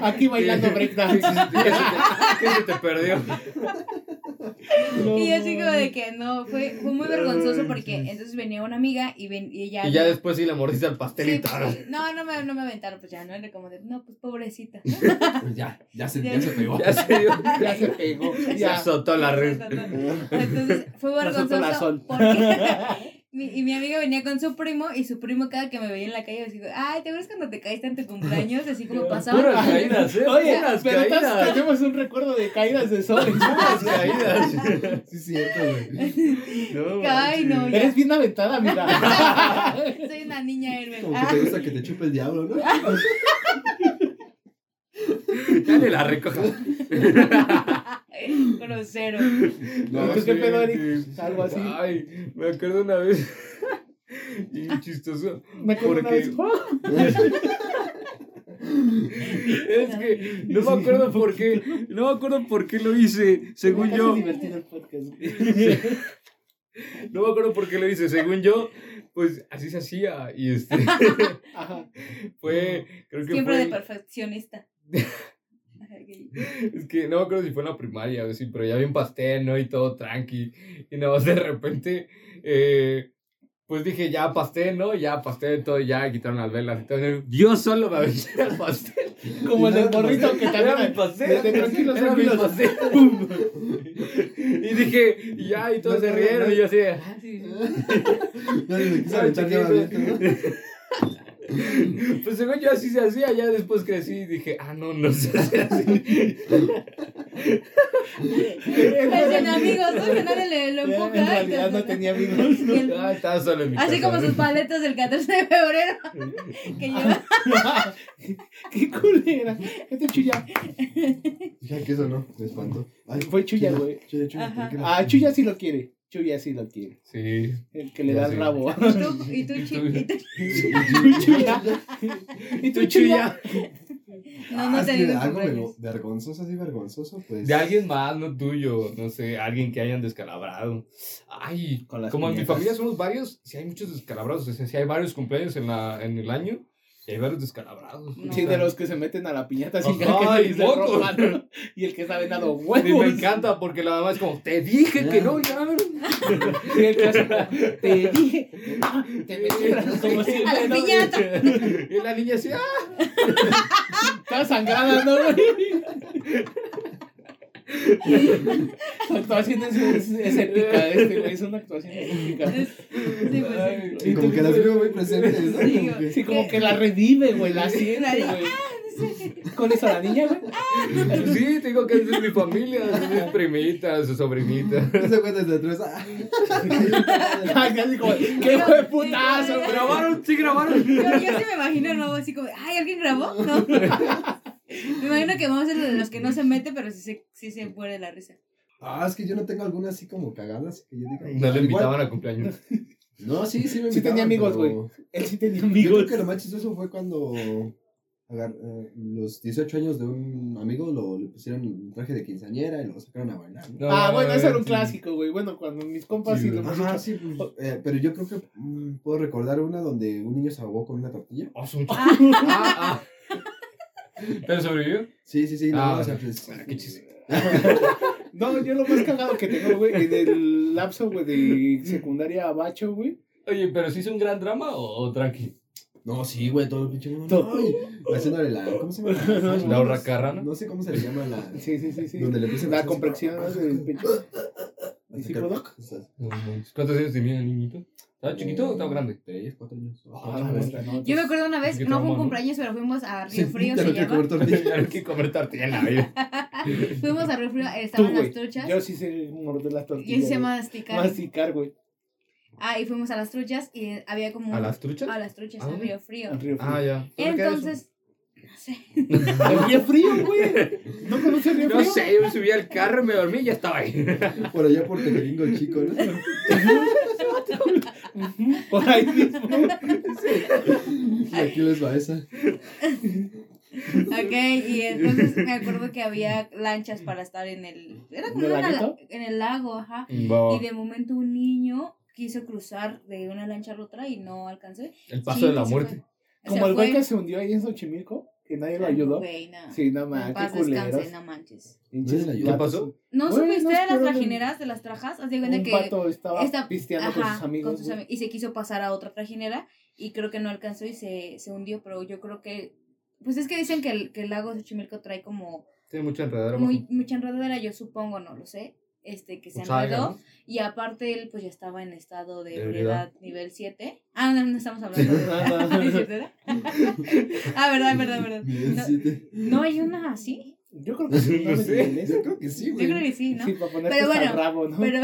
S3: Aquí bailando
S1: ¿Qué
S3: breakdance.
S1: se te- ¿Qué se te perdió?
S4: Y yo así como de que no, fue, fue muy vergonzoso porque entonces venía una amiga y, ven, y ella...
S1: Y ya después sí le mordiste al
S4: Sí,
S1: pastelito.
S4: pues, sí. no, no me, no me aventaron, pues ya, ¿no? Era como de, no, pues pobrecita.
S2: Pues ya, ya se, ya se pegó.
S1: Ya se dio.
S3: Ya se pegó.
S1: Se
S3: Ya.
S1: azotó la red.
S4: Entonces fue
S3: Nosotros la
S4: vergonzoso
S3: sol.
S4: porque mi, y mi amiga venía con su primo y su primo cada que me veía en la calle decía, ay, ¿te acuerdas cuando te caíste en tu cumpleaños? Así como pasaban.
S1: Puras caídas, ¿eh?
S3: Oye,
S1: Puras
S3: pero todos
S1: caídas.
S3: tenemos un recuerdo de caídas de sol.
S1: Puras caídas.
S2: Sí, es cierto, güey.
S1: No,
S4: Ay, no,
S1: manches.
S4: ya.
S3: Eres bien aventada, amiga.
S4: Soy una niña héroe.
S2: Como que
S4: Ah,
S2: te gusta que te chupe el diablo, ¿no?
S1: Ya ni la recoja.
S4: Grosero.
S3: ¿Y tú qué
S1: sí,
S3: pedo, Eric?
S1: sí.
S3: Algo así.
S1: Ay, me acuerdo una vez. Y chistoso.
S3: Me acuerdo una
S1: Porque-
S3: vez. ¡Ah!
S1: Es que no me acuerdo por qué. No me acuerdo por qué lo hice. Según
S3: Casi
S1: yo.
S3: divertido el podcast, güey.
S1: No me acuerdo por qué lo hice. Según yo, pues así se hacía. Y este.
S3: Ajá.
S1: Fue. Creo que
S4: Siempre
S1: fue-
S4: de perfeccionista. Ajá, ok.
S1: Es que no me acuerdo si fue en la primaria o así, pero ya había un pastel, ¿no? Y todo tranqui. Y nada más de repente, eh, pues dije, ya pastel, ¿no? Ya pastel, todo, ya quitaron las velas. Entonces, yo solo me aventé al pastel.
S3: Como el del borrito que
S1: Era mi
S3: también.
S1: pastel.
S3: Desde tranquilos,
S1: Era mi
S3: tranquilos.
S1: pastel. Pum. Y dije, y ya, y todos se rieron. Y yo así, ah, sí, sí.
S2: Ya le quise aventar
S1: Chiquito.
S2: ya abierto, ¿no?
S1: Pues según yo así se hacía, ya después crecí y dije, ah, no, no se hace así.
S4: Pero sin amigos, ¿no? Que nadie le lo
S3: Ya,
S4: empuja.
S3: En realidad no
S4: entonces,
S3: tenía amigos.
S4: Y el-
S1: Ah, estaba solo en mi
S4: Así
S1: casa,
S4: como
S1: ¿no?
S4: sus paletas del 14 de febrero. Que lleva.
S3: ¡Qué culera! Este chulla.
S2: Ya que eso no, me espanto. Ay,
S3: Fue chulla, güey.
S2: Chuya, chuya,
S4: Ajá.
S2: tranquila.
S3: Ah, Chuya sí lo quiere. Chuya sí lo quiere.
S1: Sí.
S3: El que le
S1: Ya
S3: da el
S1: sé.
S3: rabo.
S4: Y tú, y tú, chi- y tú-
S3: Chuya. ¿Y tú, Chuya?
S4: No, no
S2: Ah,
S4: te
S2: sí,
S4: digo.
S2: Algo
S4: cumpleaños.
S2: vergo- vergonzoso, así vergonzoso, pues.
S1: De alguien más, no tuyo, no sé, alguien que hayan descalabrado. Ay,
S3: Con las
S1: como en mi
S3: muñecas.
S1: familia somos varios, si hay muchos descalabrados, o sea, si hay varios cumpleaños en, la, en el año, y hay varios descalabrados.
S4: No.
S3: Sí, de los que se meten a la piñata sin
S1: Ajá,
S3: que
S1: y
S3: se les
S1: mocos.
S3: rompa, ¿no? Y el que está vendado
S1: Y
S3: huevos.
S1: me encanta porque la mamá es como, te dije que no, ya.
S3: Y el que hace como, te dije. ah, Te metieron como si
S4: A la piñata.
S1: Y la niña así, "Ah".
S3: Estaba sangrada, ¿no, güey? Su actuación es, es, es épica, este, güey. Es una actuación épica.
S4: Es- Sí, pues sí.
S2: Y como que las veo muy presentes, ¿no?
S4: Sí,
S2: Como que-
S3: Sí, como que la revive, güey. La siente,
S4: La-
S3: güey.
S4: Es
S3: Con eso la niña, güey.
S1: pues Sí, te digo que es de mi familia, es de mis primitas, sus sobrinitas.
S2: No se cuenta de atrás. ah.
S3: Ay, casi como, ¡qué hijo de putazo! güey!
S1: Grabaron, sí grabaron.
S4: Yo, yo sí me imagino luego así como, ay, ¿alguien grabó? No. Me imagino que vamos a ser de los que no se mete, pero sí se, sí se muere la risa.
S2: Ah, es que yo no tengo alguna así como cagadas que yo diga.
S1: No le
S2: Igual-
S1: invitaban a cumpleaños.
S2: No, sí, sí me invitaban.
S3: Sí tenía amigos,
S2: pero-
S3: güey. Él sí tenía
S2: Yo creo
S3: amigos.
S2: que lo más chistoso fue cuando agar- eh, los 18 años de un amigo lo, le pusieron un traje de quinceañera y lo sacaron a bailar. ¿no?
S3: Ah, bueno, eso era un
S1: sí.
S3: clásico, güey. Bueno, cuando mis compas
S1: Sí,
S3: y los
S1: güey.
S2: Ajá,
S3: más
S2: sí, pues, eh, pero yo creo que mm, puedo recordar una donde un niño se ahogó con una tortilla.
S1: Ah, su- Ah, ah. ¿Pero sobrevivió?
S2: Sí, sí, sí. No,
S1: Ah,
S2: o sea, pues,
S1: ah, qué chiste.
S3: No, yo lo más cagado que tengo, güey, en el lapso, güey, de secundaria a bacho, güey.
S1: Oye, ¿pero sí hizo un gran drama o, o tranqui?
S2: No, sí, güey, todo el pinche mundo.
S3: Todo.
S2: no, y Haciéndole la. ¿Cómo se llama?
S1: ¿La horracarrana?
S2: No sé cómo se le llama la.
S3: Sí, sí, sí, sí.
S2: Donde le empiezan a
S3: La
S2: hacer-
S3: complexión ¿no? del pecho.
S2: a
S3: ¿Y sí
S2: sacar-
S3: pudo?
S1: No manches. ¿Cuántos años tenía el niñito? ¿Estaba chiquito o estaba grande?
S2: Tres, cuatro años.
S3: Ah, verga, no,
S4: Yo me acuerdo una vez,
S1: Qué
S4: no fue
S1: trauma,
S4: un
S1: ¿no?
S4: cumpleaños, pero fuimos a
S2: Sí,
S4: Río Frío,
S2: ya
S4: se
S2: no quiero
S4: llama.
S2: comer tortillas.
S1: Hay que comer tortilla en la vida.
S4: Fuimos a Río Frío, eh,
S3: Tú,
S4: estaban las
S3: güey.
S4: truchas.
S3: Yo sí sé morder las
S4: y él
S3: tortillas.
S4: se
S3: güey.
S4: masticar.
S3: Masticar, güey.
S4: Ah, y fuimos a las truchas y eh, había como.
S1: ¿A
S4: un-
S1: las truchas?
S4: A las truchas,
S1: Ah.
S4: a Río Frío.
S3: Al río frío.
S1: Ah, ya. ¿Dónde queda eso?
S4: Entonces. No sé.
S3: Al río frío, güey. ¿No conoces río
S1: No
S3: frío?
S1: sé, yo me subí al carro, me dormí y ya estaba ahí.
S2: Por allá por Tejeringo el chico, ¿no?
S3: Por ahí mismo.
S2: Y aquí les va esa.
S4: Ok, y entonces me acuerdo que había lanchas para estar en el. Era como
S3: ¿En el
S4: una la-
S3: laguito? Oh.
S4: en el lago, ajá.
S1: No,
S4: Y de momento un niño quiso cruzar de una lancha a otra y no alcanzó.
S1: el paso
S4: Sí,
S1: de la
S4: sí se
S1: muerte.
S4: fue. O
S3: Como
S4: sea,
S3: el güey
S4: fue-
S3: que se hundió ahí en Xochimilco, que nadie lo ayudó.
S4: Güey, no.
S3: Sí, no
S4: En
S3: mames, qué
S4: paz descanse,
S3: culeros.
S4: no manches.
S3: Pinches
S2: ¿Qué
S3: vatos.
S1: pasó?
S4: ¿No
S3: Güey,
S4: supiste
S3: no
S4: de las
S3: esperaron.
S4: trajineras, de las trajas? Haz de cuenta
S3: Un
S4: que.
S3: pato estaba
S4: esta-
S3: pisteando con
S4: ajá,
S3: sus amigos.
S4: con sus
S3: güey.
S4: ami- y se quiso pasar a otra trajinera y creo que no alcanzó y se, se hundió, pero yo creo que... Pues es que dicen que el, que el lago de Xochimilco trae como
S1: Tiene mucha enredadera.
S4: muy,
S1: abajo.
S4: mucha enredadera, yo supongo, no lo sé, este que se
S1: O salga,
S4: enredó
S1: Pues ¿no?
S4: y aparte él pues ya estaba en estado de
S1: De
S4: ebriedad nivel 7. Ah, no, no estamos hablando de...
S3: Ah,
S4: ¿No es cierto, era? ah, verdad, verdad, verdad. No, ¿no hay una así,
S3: Yo creo que sí.
S1: No
S3: no
S1: sé.
S3: sé.
S2: Yo creo que sí,
S4: yo
S2: güey.
S4: creo que sí, ¿no?
S3: Sí, para ponerte
S4: Pero
S3: hasta
S4: bueno,
S3: el rabo, ¿no?
S4: Pero,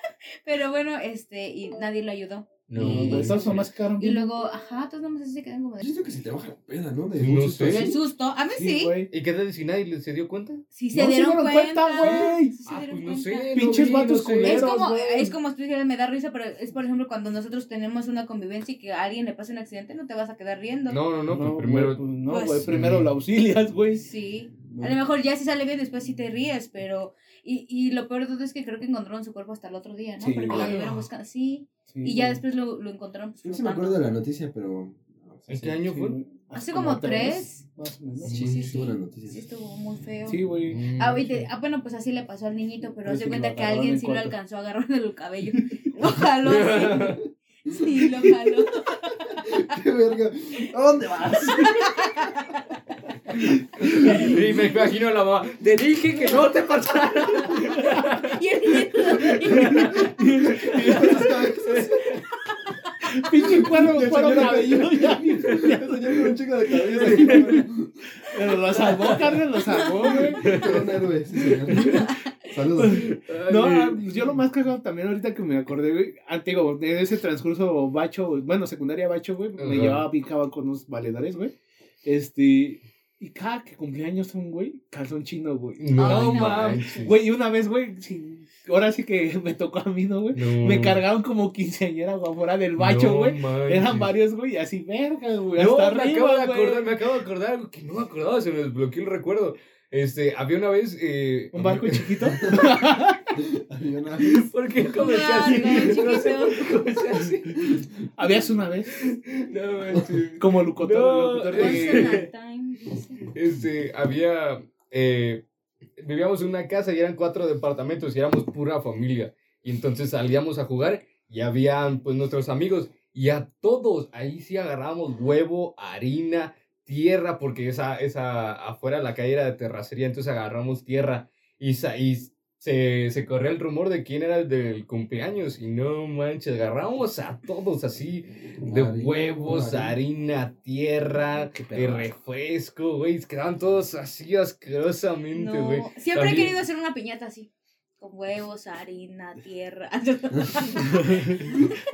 S4: pero bueno, este, y nadie lo ayudó.
S1: No,
S3: Y
S1: güey.
S3: Estos nomás quedaron
S4: Y
S3: bien.
S4: luego, ajá, todos nomás así se quedan como de...
S2: Yo siento que se te baja la pena, ¿no? De
S1: No
S2: muchos
S1: sé.
S2: pasos.
S4: El susto. A mí sí.
S3: güey.
S1: ¿Y qué tal si nadie le- se dio cuenta?
S4: Sí se
S3: No se
S4: dieron
S3: dieron
S4: cuenta.
S3: cuenta, güey.
S4: Sí se
S1: Ah,
S4: dieron
S1: pues no
S4: cuenta.
S1: sé.
S3: Pinches
S1: no vi,
S3: vatos
S1: no sé.
S4: Es
S3: culeros. Pero,
S4: como,
S3: güey.
S4: es como tú dijeras, me da risa, pero es por ejemplo cuando nosotros tenemos una convivencia y que a alguien le pasa un accidente, no te vas a quedar riendo.
S1: No, no, no, pues
S3: güey,
S1: primero.
S3: pues no,
S4: Pues
S3: güey.
S4: sí.
S3: Primero lo auxilias, güey.
S4: Sí.
S2: No.
S4: A lo mejor ya si sale bien, después sí te ríes, pero. Y, y lo peor de todo es que creo que encontraron su cuerpo hasta el otro día, ¿no?
S3: Sí,
S4: Porque lo
S3: güey.
S4: estuvieron buscando. Sí.
S3: Sí,
S4: Y ya
S3: güey.
S4: después lo, lo encontraron. pues,
S2: No se me
S4: flotando.
S2: acuerdo de la noticia, pero. o sea,
S1: ¿En qué
S2: sí.
S1: año
S3: Sí,
S1: fue?
S3: güey.
S4: Hace como tres.
S3: Más o menos.
S2: Sí,
S4: Sí, sí,
S2: sí, estuvo
S4: sí.
S2: la noticia.
S4: Sí, estuvo muy feo.
S3: Sí, güey.
S1: Mm.
S4: Ah, oye, te- ah, bueno, pues así le pasó al niñito,
S3: Pues
S4: pero haz
S3: sí,
S4: de
S3: lo
S4: cuenta que
S3: agarraron
S4: alguien
S3: en
S4: sí lo
S3: corto.
S4: alcanzó a agarrar del cabello. Lo jaló así. Sí, lo jaló.
S2: ¡Qué verga! ¿A dónde vas?
S1: Y me imagino a la mamá. Te dije que no te pasara.
S4: Y el niñito.
S3: Pinche cuerno,
S2: El
S3: cuerno
S2: señor
S3: cabello. ya.
S2: El señor con un chico de cabello. así,
S3: Pero lo salvó, Carmen, lo salvó, güey.
S2: Todo un héroe, sí, señor. Saludos.
S3: No, ah, yo lo más cagado también ahorita que me acordé, güey. ah, te digo, en ese transcurso bacho, güey, bueno, secundaria bacho, güey,
S1: Ajá.
S3: me llevaba, picaba con unos valedores, güey. Este, y cada que cumpleaños un güey, calzón chino, güey.
S1: No,
S4: Ay, no.
S1: mames.
S3: Güey, y una vez, güey, sí, ahora sí que me tocó a mí, ¿no, güey?
S1: No.
S3: Me cargaron como quinceañera, güey, afuera del bacho,
S1: Mm. No
S3: güey.
S1: manches.
S3: Eran varios, güey, y así, verga, güey,
S1: No, me
S3: hasta
S1: acabo de
S3: arriba,
S1: acordar,
S3: güey.
S1: me acabo de acordar algo que no me acordaba, se me desbloqueó el recuerdo. Este, había una vez. Eh,
S3: Un barco chiquito.
S2: Había una-
S1: ¿Por qué
S4: Un
S1: comencé así?
S4: barco
S1: No sé por qué comencé así.
S3: Habías una vez,
S1: No, manches.
S3: como locutor,
S1: No,
S3: locutor
S1: eh,
S3: de...
S4: Once at a time, dice.
S1: Este, había. eh, vivíamos en una casa y eran cuatro departamentos y éramos pura familia. Y entonces salíamos a jugar y habían, pues, nuestros amigos. Y a todos, ahí sí agarramos huevo, harina, tierra, porque esa, esa afuera la calle era de terracería, entonces agarramos tierra. Y, sa- y se, se corría el rumor de quién era el del cumpleaños. Y no manches, agarramos a todos así, de
S2: Harina,
S1: huevos,
S2: harina.
S1: harina, tierra,
S5: Qué
S1: de
S5: perro.
S1: refresco, güey. Quedaban todos así asquerosamente,
S4: No,
S1: güey.
S4: Siempre
S1: También-
S4: he querido hacer una piñata así. Con huevos, harina, tierra.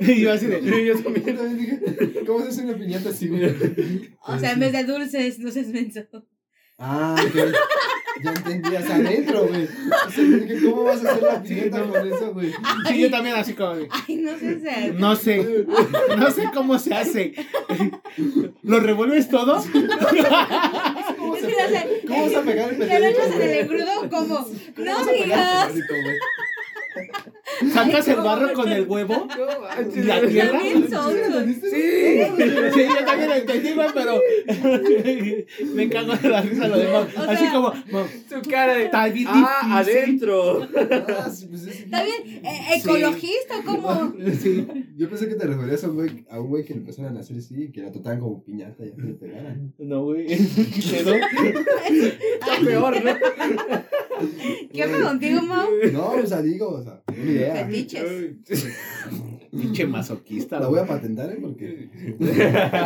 S3: Y yo así de.
S1: Sí, yo
S2: Yo
S1: también.
S2: también dije, ¿Cómo se hace una piñata así, güey?
S4: o sea, en vez de dulces, no seas menso.
S2: Ah, ok. Ya entendí, hasta adentro, güey. O sea, yo dije, ¿Cómo vas a hacer la piñata con eso, güey?
S3: Sí, yo también así como. de,
S4: Ay, no sé ser.
S3: No sé. No sé cómo se hace. ¿Lo revuelves todo?
S2: ¿Cómo
S4: Es
S2: se
S4: que no sé.
S2: ¿Cómo vas a pegar el
S4: ¿Te lo
S2: periódico,
S4: echas en el
S2: güey? Ah,
S4: engrudo? ¿Cómo?
S2: ¿Cómo vas
S4: No
S2: a pegar el
S4: digas.
S2: periódico, güey?
S3: ¿Sacas el barro con el huevo?
S1: No manches.
S3: ¿La tierra?
S4: También
S2: ¿Sí lo
S4: son.
S2: entendiste?
S3: Sí, yo también lo entendí, güey, pero. Me cago en la risa lo demás.
S4: O
S3: Así
S4: sea-
S3: como. "Mam,
S1: Su cara de.
S3: Está bien
S1: Ah,
S3: difícil".
S1: adentro.
S2: Ah, sí, pues es-
S4: ¿Está bien? Eh, ¿Ecologista? ¿Cómo?
S2: Sí, yo pensé que te referías a un güey, a un güey que le empezaran a hacer así y que la tocaban como piñata y así le pegaran.
S3: No, güey. Quedó.
S1: Está peor, ¿no?
S4: ¿Qué hago contigo, Mau?
S2: No, o sea, digo, o sea, una idea.
S4: Fetiches.
S3: Pinche masoquista,
S2: La
S3: güey.
S2: voy a patentar, ¿eh? Porque.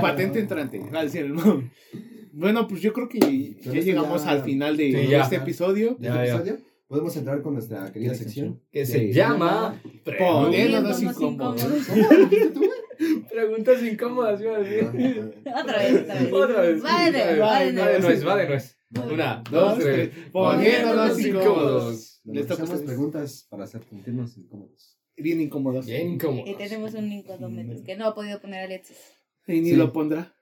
S3: Patente entrante. va a decir el mami. Bueno, pues yo creo que ya
S2: Con esto
S3: llegamos
S2: ya-
S3: al final de
S1: Sí, ya.
S3: este episodio.
S2: de
S1: Ya,
S2: este
S1: ya.
S2: episodio, podemos entrar con nuestra querida sección.
S1: Que se
S2: Sí.
S1: llama.
S3: Poder.
S1: Preguntas,
S3: Poniéndonos incómodos.
S1: preguntas incómodas, iba a decir.
S4: Otra vez, otra vez.
S1: Otra vez.
S4: Va de nuez, va de
S1: Va de
S4: nuez.
S1: nuez, va de nuez. Una, dos, tres.
S3: Poniéndonos
S1: Poniéndonos
S3: incómodos.
S1: incómodos.
S3: Les toca
S2: Necesitamos
S3: a ustedes.
S2: preguntas para hacer sentirnos incómodos.
S3: Bien incómodos.
S1: Bien
S4: Y
S1: incómodos.
S4: tenemos un incómodo que no ha podido poner Alexis.
S3: Y ni
S2: Sí.
S3: lo pondrá.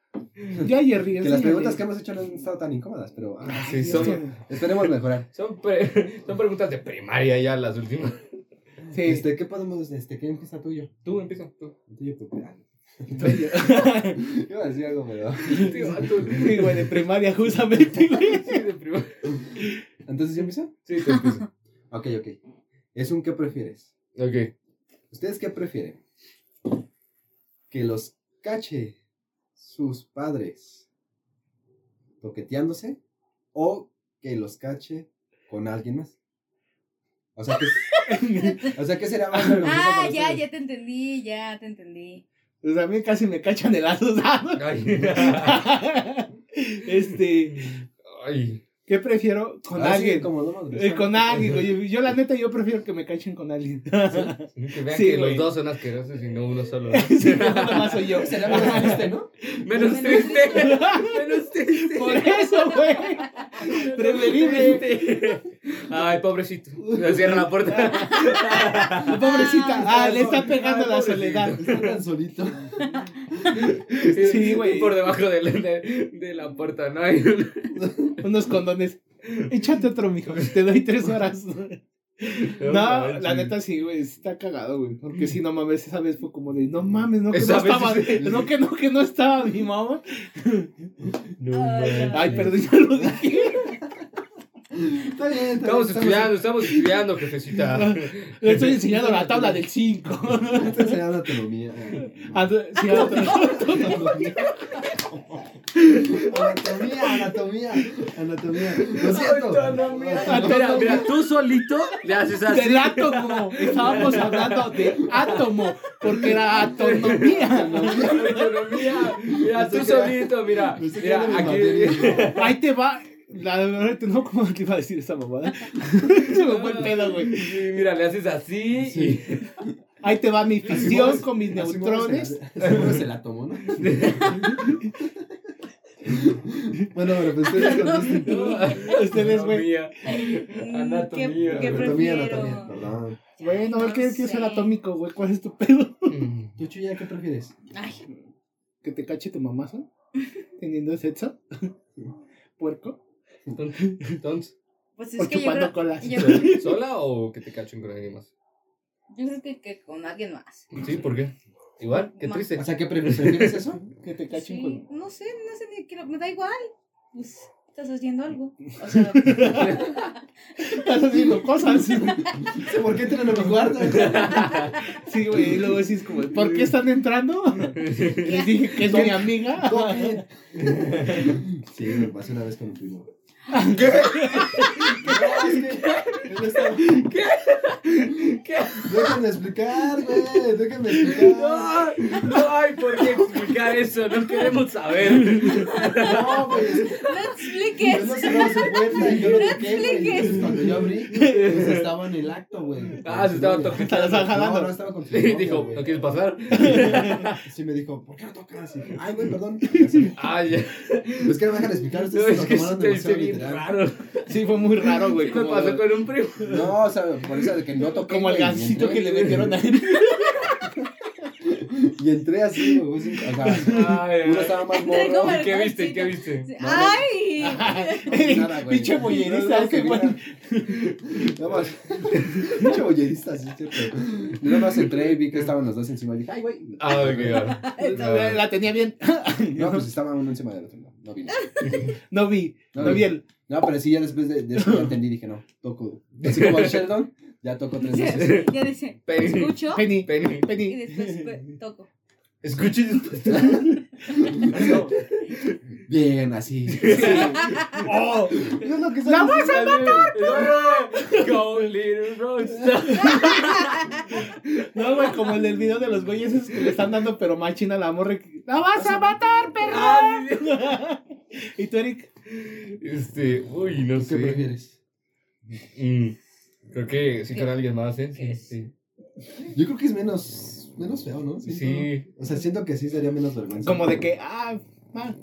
S3: Ya, Jerry.
S2: Que las preguntas que hemos hecho no han estado tan incómodas, pero ah,
S1: eh. Sí, son,
S2: esperemos mejorar.
S1: son, pre- son preguntas de primaria ya las últimas. Eh.
S3: Sí,
S2: Este, ¿qué podemos, este, qué empieza tuyo?
S1: Tú empieza, tú.
S2: Tuyo, tu ah,
S3: estoy yo.
S2: Iba a decir algo, pero.
S1: Tú, ah, tú.
S3: Sí, güey, de primaria, justamente, güey.
S1: Sí, de primaria.
S2: Entonces, ¿ya empiezo?
S1: Sí, tú empieza.
S2: Ok, ok. Es un ¿qué prefieres?
S1: Ok.
S2: ¿Ustedes qué prefieren? ¿Que los cache sus padres toqueteándose o que los cache con alguien más? O sea, que, o sea, ¿qué será más vergonzoso
S4: Ah,
S2: para
S4: ya,
S2: ustedes?
S4: ya te entendí, ya te entendí.
S3: Pues a mí casi me cachan el aso.
S1: Ay.
S3: Este,
S1: Ay.
S3: ¿qué prefiero? Con
S2: Ah, sí,
S3: alguien.
S2: como lo hemos
S3: Eh,
S2: visto.
S3: con alguien, güey. Yo, la neta, yo prefiero que me cachen con alguien.
S1: Que vean
S3: Sí,
S1: que
S3: güey.
S1: los dos son asquerosos y no uno solo.
S3: Sí, no, nomás soy yo.
S2: Será más triste, ¿no?
S1: Menos triste. Menos triste.
S3: Por eso, güey. Preferible.
S1: Ay, pobrecito. Le cierra la puerta.
S3: Pobrecita. Ah, le está pegando
S1: Ay,
S3: la
S1: pobrecito.
S3: soledad.
S2: Está tan solito.
S3: Sí, güey.
S1: Por debajo de la, de, de la puerta, ¿no? Hay una-
S3: Unos condones. Échate otro, mijo. Te doy tres horas. No, la neta sí, güey, está cagado, güey. Porque si no mames, esa vez fue como de, no mames, no que no
S1: Esa vez
S3: estaba,
S1: sí.
S3: no que no, que no estaba mi mamá.
S1: No
S4: Ay,
S1: manches.
S3: Ay, perdón, ya lo dije.
S2: Está bien, está
S1: Estamos
S2: bien,
S1: estudiando, estamos estudiando, jefecita.
S3: Le estoy enseñando la tabla del Ah, 5.
S2: Está enseñando autonomía. Anatomía, anatomía, anatomía. Lo siento.
S1: Mira, Ah, mira, mira, tú solito le haces así.
S3: Del átomo. Estábamos hablando de átomo, porque era autonomía.
S1: Mira, mira, tú
S2: Pensé que era-
S1: solito, mira.
S2: pensé que
S1: Mira,
S2: era mi
S1: aquí.
S3: Ahí te va. La verdad, no, ¿cómo te iba a decir esa mamada? Se me fue el pedo, güey.
S1: Sí, mira, le haces así
S2: Sí.
S3: Ahí te va mi
S2: Así
S3: fisión
S2: mueves-
S3: con mis
S2: así
S3: neutrones.
S2: mueves el- así mueves el átomo, ¿no? bueno, pero pues
S4: Ah,
S2: ustedes contesten.
S1: y.
S3: Ustedes, Este, güey.
S1: Anatomía. Anatomía.
S4: ¿Qué
S2: Anatomía,
S4: prefiero?
S2: anatomía, perdón.
S3: Bueno,
S4: Ay,
S3: ¿qué
S4: no
S3: que es el
S4: sé.
S3: atómico, güey? ¿Cuál es tu pedo?
S2: ¿Tú, Chuya, qué prefieres?
S4: Ay,
S3: ¿Que te cache tu mamazo? ¿Teniendo sexo? ¿Puerco?
S1: Entonces,
S4: pues
S3: ¿O
S4: es que yo
S3: chupando
S4: creo,
S3: colas?
S4: yo, creo-
S1: ¿sola o que te cachen con alguien más?
S4: yo creo que, que con alguien más.
S1: Sí, ¿por qué? Igual, qué
S4: Ma-
S1: triste.
S2: O sea, ¿qué prefieres? ¿Prefieres eso?
S3: ¿Que te cachen
S4: Sí,
S3: con...?
S4: no sé, no sé ni qué, me da igual. Pues estás haciendo algo. O sea,
S3: Estás haciendo cosas.
S2: ¿Por qué entran a mi cuarto?
S3: Sí, güey, y luego decís como, ¿por qué están entrando? Les dije que es mi amiga.
S2: ¿Cómo que? Sí, me pasó una vez con un primo. Déjame explicar, güey. Déjame explicar.
S1: no hay por qué explicar eso, no queremos saber.
S2: No, güey. es
S4: No
S2: que Yo no
S4: expliques.
S2: cerraba su puerta y yo lo
S4: No
S2: toqué, güey.
S4: expliques.
S2: Entonces, Cuando yo abrí, pues estaba en el acto, güey.
S1: Ah, se estaba tocando.
S3: Estás
S2: No, no
S3: jalando.
S2: estaba con su
S1: Y
S2: novia,
S1: dijo,
S2: güey.
S1: ¿no quieres pasar?
S2: Sí, me dijo, ¿por qué no tocas? Y dije, ay, güey, perdón. Es
S1: Ah, ya.
S2: que no me dejan explicar,
S1: No,
S2: ustedes
S1: es
S2: se
S1: que
S2: lo
S1: sí
S2: tomaron
S1: te viste
S2: demasiado
S1: bien
S2: literal.
S1: raro.
S3: Sí, fue muy raro,
S1: ¿Qué
S3: güey.
S1: me
S3: Como,
S1: pasó con un primo?
S2: No, o sea, por eso de que no toqué.
S3: como el
S2: güey, y
S3: gancito
S2: entré,
S3: que le
S2: güey.
S3: metieron a
S2: Y entré así, güey. sí, O sea,
S1: Ay, ay.
S2: uno estaba más
S4: Entré como
S2: morro.
S1: ¿Y ¿Qué viste? ¿Qué viste?
S4: ¡Ay!
S2: nada,
S3: él.
S2: güey.
S3: Pinche
S2: No,
S3: bollerista.
S2: no, que
S3: ese, güey.
S2: mira. Nada más. Pinche bollerista, sí, cierto. Yo nada más entré y vi que estaban los dos encima. Y dije, ay, güey.
S1: Ah, ok, ahora.
S3: La la tenía bien.
S2: No, pues estaba uno encima del otro. No, no vi nada.
S3: No vi, no vi el.
S2: No, pero sí, ya después de, de eso ya entendí. Dije, no, toco. Así como el Sheldon, ya toco tres veces.
S4: Ya dice,
S1: Penny.
S4: escucho
S3: Penny,
S1: Penny.
S4: y
S3: Penny.
S4: después pues, toco.
S1: Escuche después.
S2: No. Bien, así.
S3: ¡Oh!
S2: No, no, que
S3: ¡La vas
S1: a matar! Go, little roaster.
S3: No, güey, como el del video de los güeyes esos que le están dando, pero más china la morra. que, ¡La vas a matar,
S1: Ah,
S3: perra! ¿Y tú, Eric?
S1: Este, uy, no
S2: ¿Qué
S1: sé.
S2: prefieres?
S1: Mm, creo que sí con alguien más, ¿eh? Sí,
S4: ¿Qué?
S1: sí.
S2: Yo creo que es menos, menos feo, ¿no? Siento-
S1: Sí.
S2: O sea, siento que sí sería menos vergüenza.
S3: Como de que, ah, ah,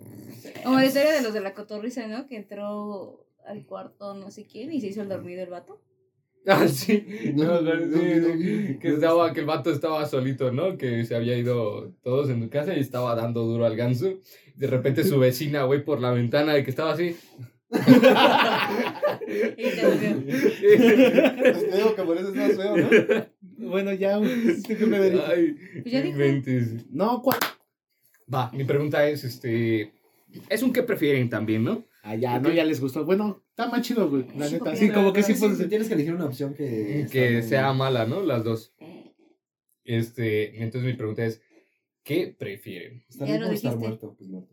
S4: O la historia de los de la cotorriza, ¿no? Que entró al cuarto no sé quién y se hizo el dormido el vato.
S1: Ah, sí.
S2: No, no, no,
S1: sí,
S2: no,
S1: sí.
S2: no,
S1: que,
S2: no,
S1: estaba, que el vato estaba solito, ¿no? Que se había ido todos en su casa y estaba dando duro al ganso. De repente su vecina, güey, por la ventana, de que estaba así.
S4: Y se
S1: eh,
S4: volvió.
S2: Pues te digo que por eso es más feo, ¿no?
S3: bueno, ya, güey, ¿tú qué
S1: pues
S3: me dirías?
S1: Ay,
S4: ya
S1: no
S4: dijo.
S1: inventes.
S3: No, ¿cuál?
S1: Va, mi pregunta es, este... Es un que prefieren también, ¿no?
S3: Ah, ya, no, ya les gustó. Bueno, está más chido, güey, la
S4: Sí,
S3: neta.
S4: porque
S3: Sí, como que
S2: Pero
S3: sí,
S2: sí,
S3: pues.
S2: sí tienes que elegir una opción que...
S1: Que
S2: está-
S1: sea mala, ¿no? Las dos.
S4: Eh,
S1: Este, entonces mi pregunta es, ¿qué prefieren?
S2: Está
S4: Ya
S2: bien
S4: lo
S2: por estar
S4: dijiste.
S2: muerto, pues muerto.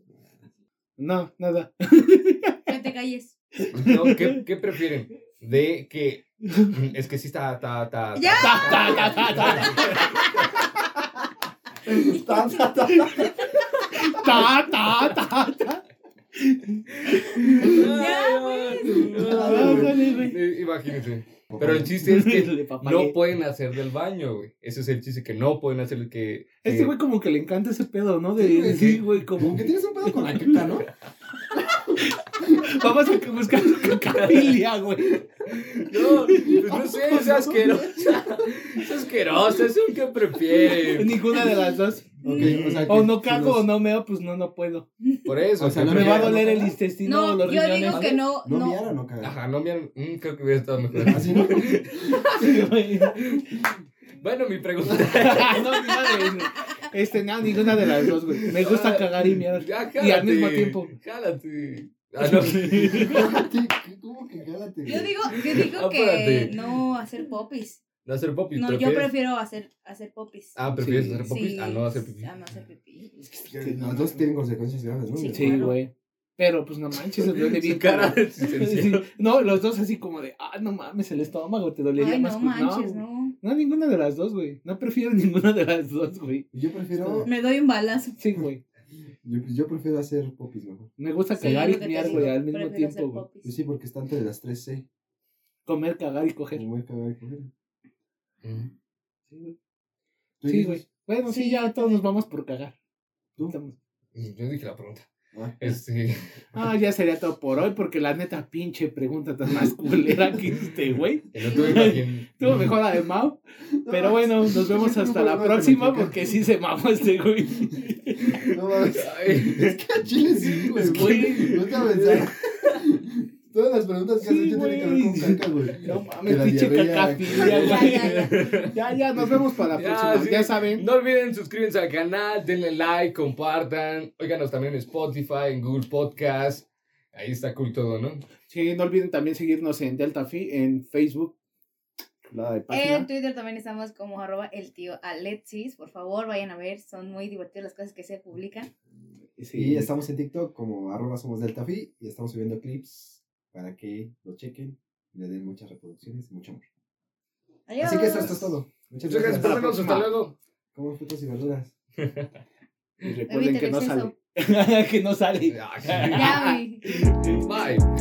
S3: No, nada.
S4: Que te calles.
S1: No, ¿qué, qué prefieren? De que... Es que sí está... está, está,
S4: ¡Ya!
S3: Ta, ta, ta, ta, ta,
S2: Ta, ta, ta.
S3: ta, ta, ta, ta.
S4: Ya,
S3: Ah, dale, güey.
S1: Eh, Imagínense. Pero el chiste es que no pueden hacer del baño, güey. Ese es el chiste que no pueden hacer el que.
S3: Este
S1: que-
S3: güey como que le encanta ese pedo, ¿no?
S2: Sí,
S3: De,
S2: güey,
S3: sí,
S2: sí.
S3: güey,
S2: Como
S3: como
S2: que tienes un pedo con la cripta, ¿no?
S3: vamos a buscar capilia, güey.
S1: No, pues no sé, es asquerosa. Es asquerosa, es un que prefieren.
S3: Ninguna de las dos.
S2: Ok, o sea,
S3: O
S2: que
S3: no
S2: si
S3: cago
S2: los-
S3: o no meo, pues no, no puedo.
S1: Por eso.
S2: O sea,
S1: que
S2: no
S3: Me va a
S1: prefieren-
S3: doler el intestino o
S4: No,
S3: los
S4: yo
S3: riñones.
S4: digo que no,
S2: No
S4: no.
S2: miar o no cagar.
S1: Ajá, no me han- mm, creo que hubiera estado mejor.
S2: Así no.
S1: Bueno, mi pregunta.
S3: no, ni madre, güey. Este, no, ninguna de las dos, güey. Me gusta cagar y miar.
S1: Ya,
S3: Y al mismo
S1: jálate,
S3: tiempo.
S1: Jálate. Ah, no.
S2: Jálate, ¿Cómo que jálate?
S4: Yo digo, yo digo que
S1: Apárate.
S4: no hacer popis.
S1: No hacer popis.
S4: No, yo
S1: ¿prefieres?
S4: prefiero hacer, hacer popis.
S1: Ah, prefieres
S2: Sí.
S1: hacer popis. Ah, no hacer pipí.
S4: A no hacer pipí.
S2: Que Las dos tienen consecuencias graves, ¿no?
S4: Sí.
S3: Sí, güey. Pero pues no manches, se duele bien.
S1: Su cara
S3: cabrón.
S1: de existencia.
S3: Sí. No, los dos así como de, ah, no mames, el estómago te dolería
S4: Ay,
S3: más.
S4: no
S3: que-
S4: manches,
S3: güey.
S4: no.
S3: No, ninguna de las dos, güey. No prefiero ninguna de las dos, güey.
S2: Yo prefiero,
S4: Me doy un balazo.
S3: Sí, güey.
S2: yo, yo prefiero hacer popis mejor.
S3: Me gusta
S4: Sí,
S3: cagar
S4: lo que
S3: y
S4: te
S3: miar,
S4: digo,
S3: güey, al mismo
S4: prefiero
S3: tiempo,
S4: hacer
S3: güey.
S4: popis.
S2: Yo sí, porque está antes de las 3C.
S3: Comer, cagar y coger.
S2: Me voy a cagar y coger.
S1: Mm,
S2: ¿Tú
S3: Sí,
S2: dices?
S3: güey. Bueno, sí,
S4: Sí.
S3: ya todos nos vamos por cagar.
S2: ¿Tú?
S3: Estamos-
S1: Yo dije la pregunta.
S2: Ah.
S1: Este.
S3: Ah, ya sería todo por hoy, porque la neta, pinche pregunta tan más culera que hiciste, güey.
S1: El otro imagín-
S3: Estuvo mejor la de Mau. Pero bueno, nos vemos
S2: no
S3: hasta
S2: puedo
S3: la
S2: hablar con
S3: próxima,
S2: la chica.
S3: porque sí se mamó este güey.
S2: No mames.
S1: Ay.
S2: Es que a Chile sí, güey.
S3: Es que-
S2: No te a pensar. Todas las preguntas que has
S3: Sí,
S2: hecho tienen que ver con
S3: güey.
S2: caca, güey.
S3: No
S2: Que
S3: mames,
S2: la
S3: pinche
S2: diarrea-
S3: cacafilia,
S4: Ya, ya,
S3: güey.
S4: ya.
S3: Ya, ya, nos vemos para la
S1: Ya,
S3: próxima.
S1: sí.
S3: Ya saben.
S1: No olviden suscribirse al canal, denle like, compartan. Óiganos también en Spotify, en Google Podcast. Ahí está cool todo, ¿no?
S3: Sí, no olviden también seguirnos en Delta Fi, en Facebook. La de
S4: En
S3: página.
S4: Twitter también estamos como arroba el tío Alexis. Por favor, vayan a ver. Son muy divertidas las cosas que se publican.
S2: Y estamos en TikTok como arroba somos deltafi y estamos subiendo clips para que lo chequen y le den muchas reproducciones y mucho amor.
S4: Adiós.
S2: Así que eso, esto es todo. Muchas
S1: Muchas gracias por
S2: gracias.
S1: vernos. Hasta luego.
S2: Como frutas y verduras.
S3: Y recuerden
S4: Eviten
S3: que no
S4: exceso.
S3: sale. que no sale.
S1: Ah,
S4: Ya, güey.
S1: sí. Bye.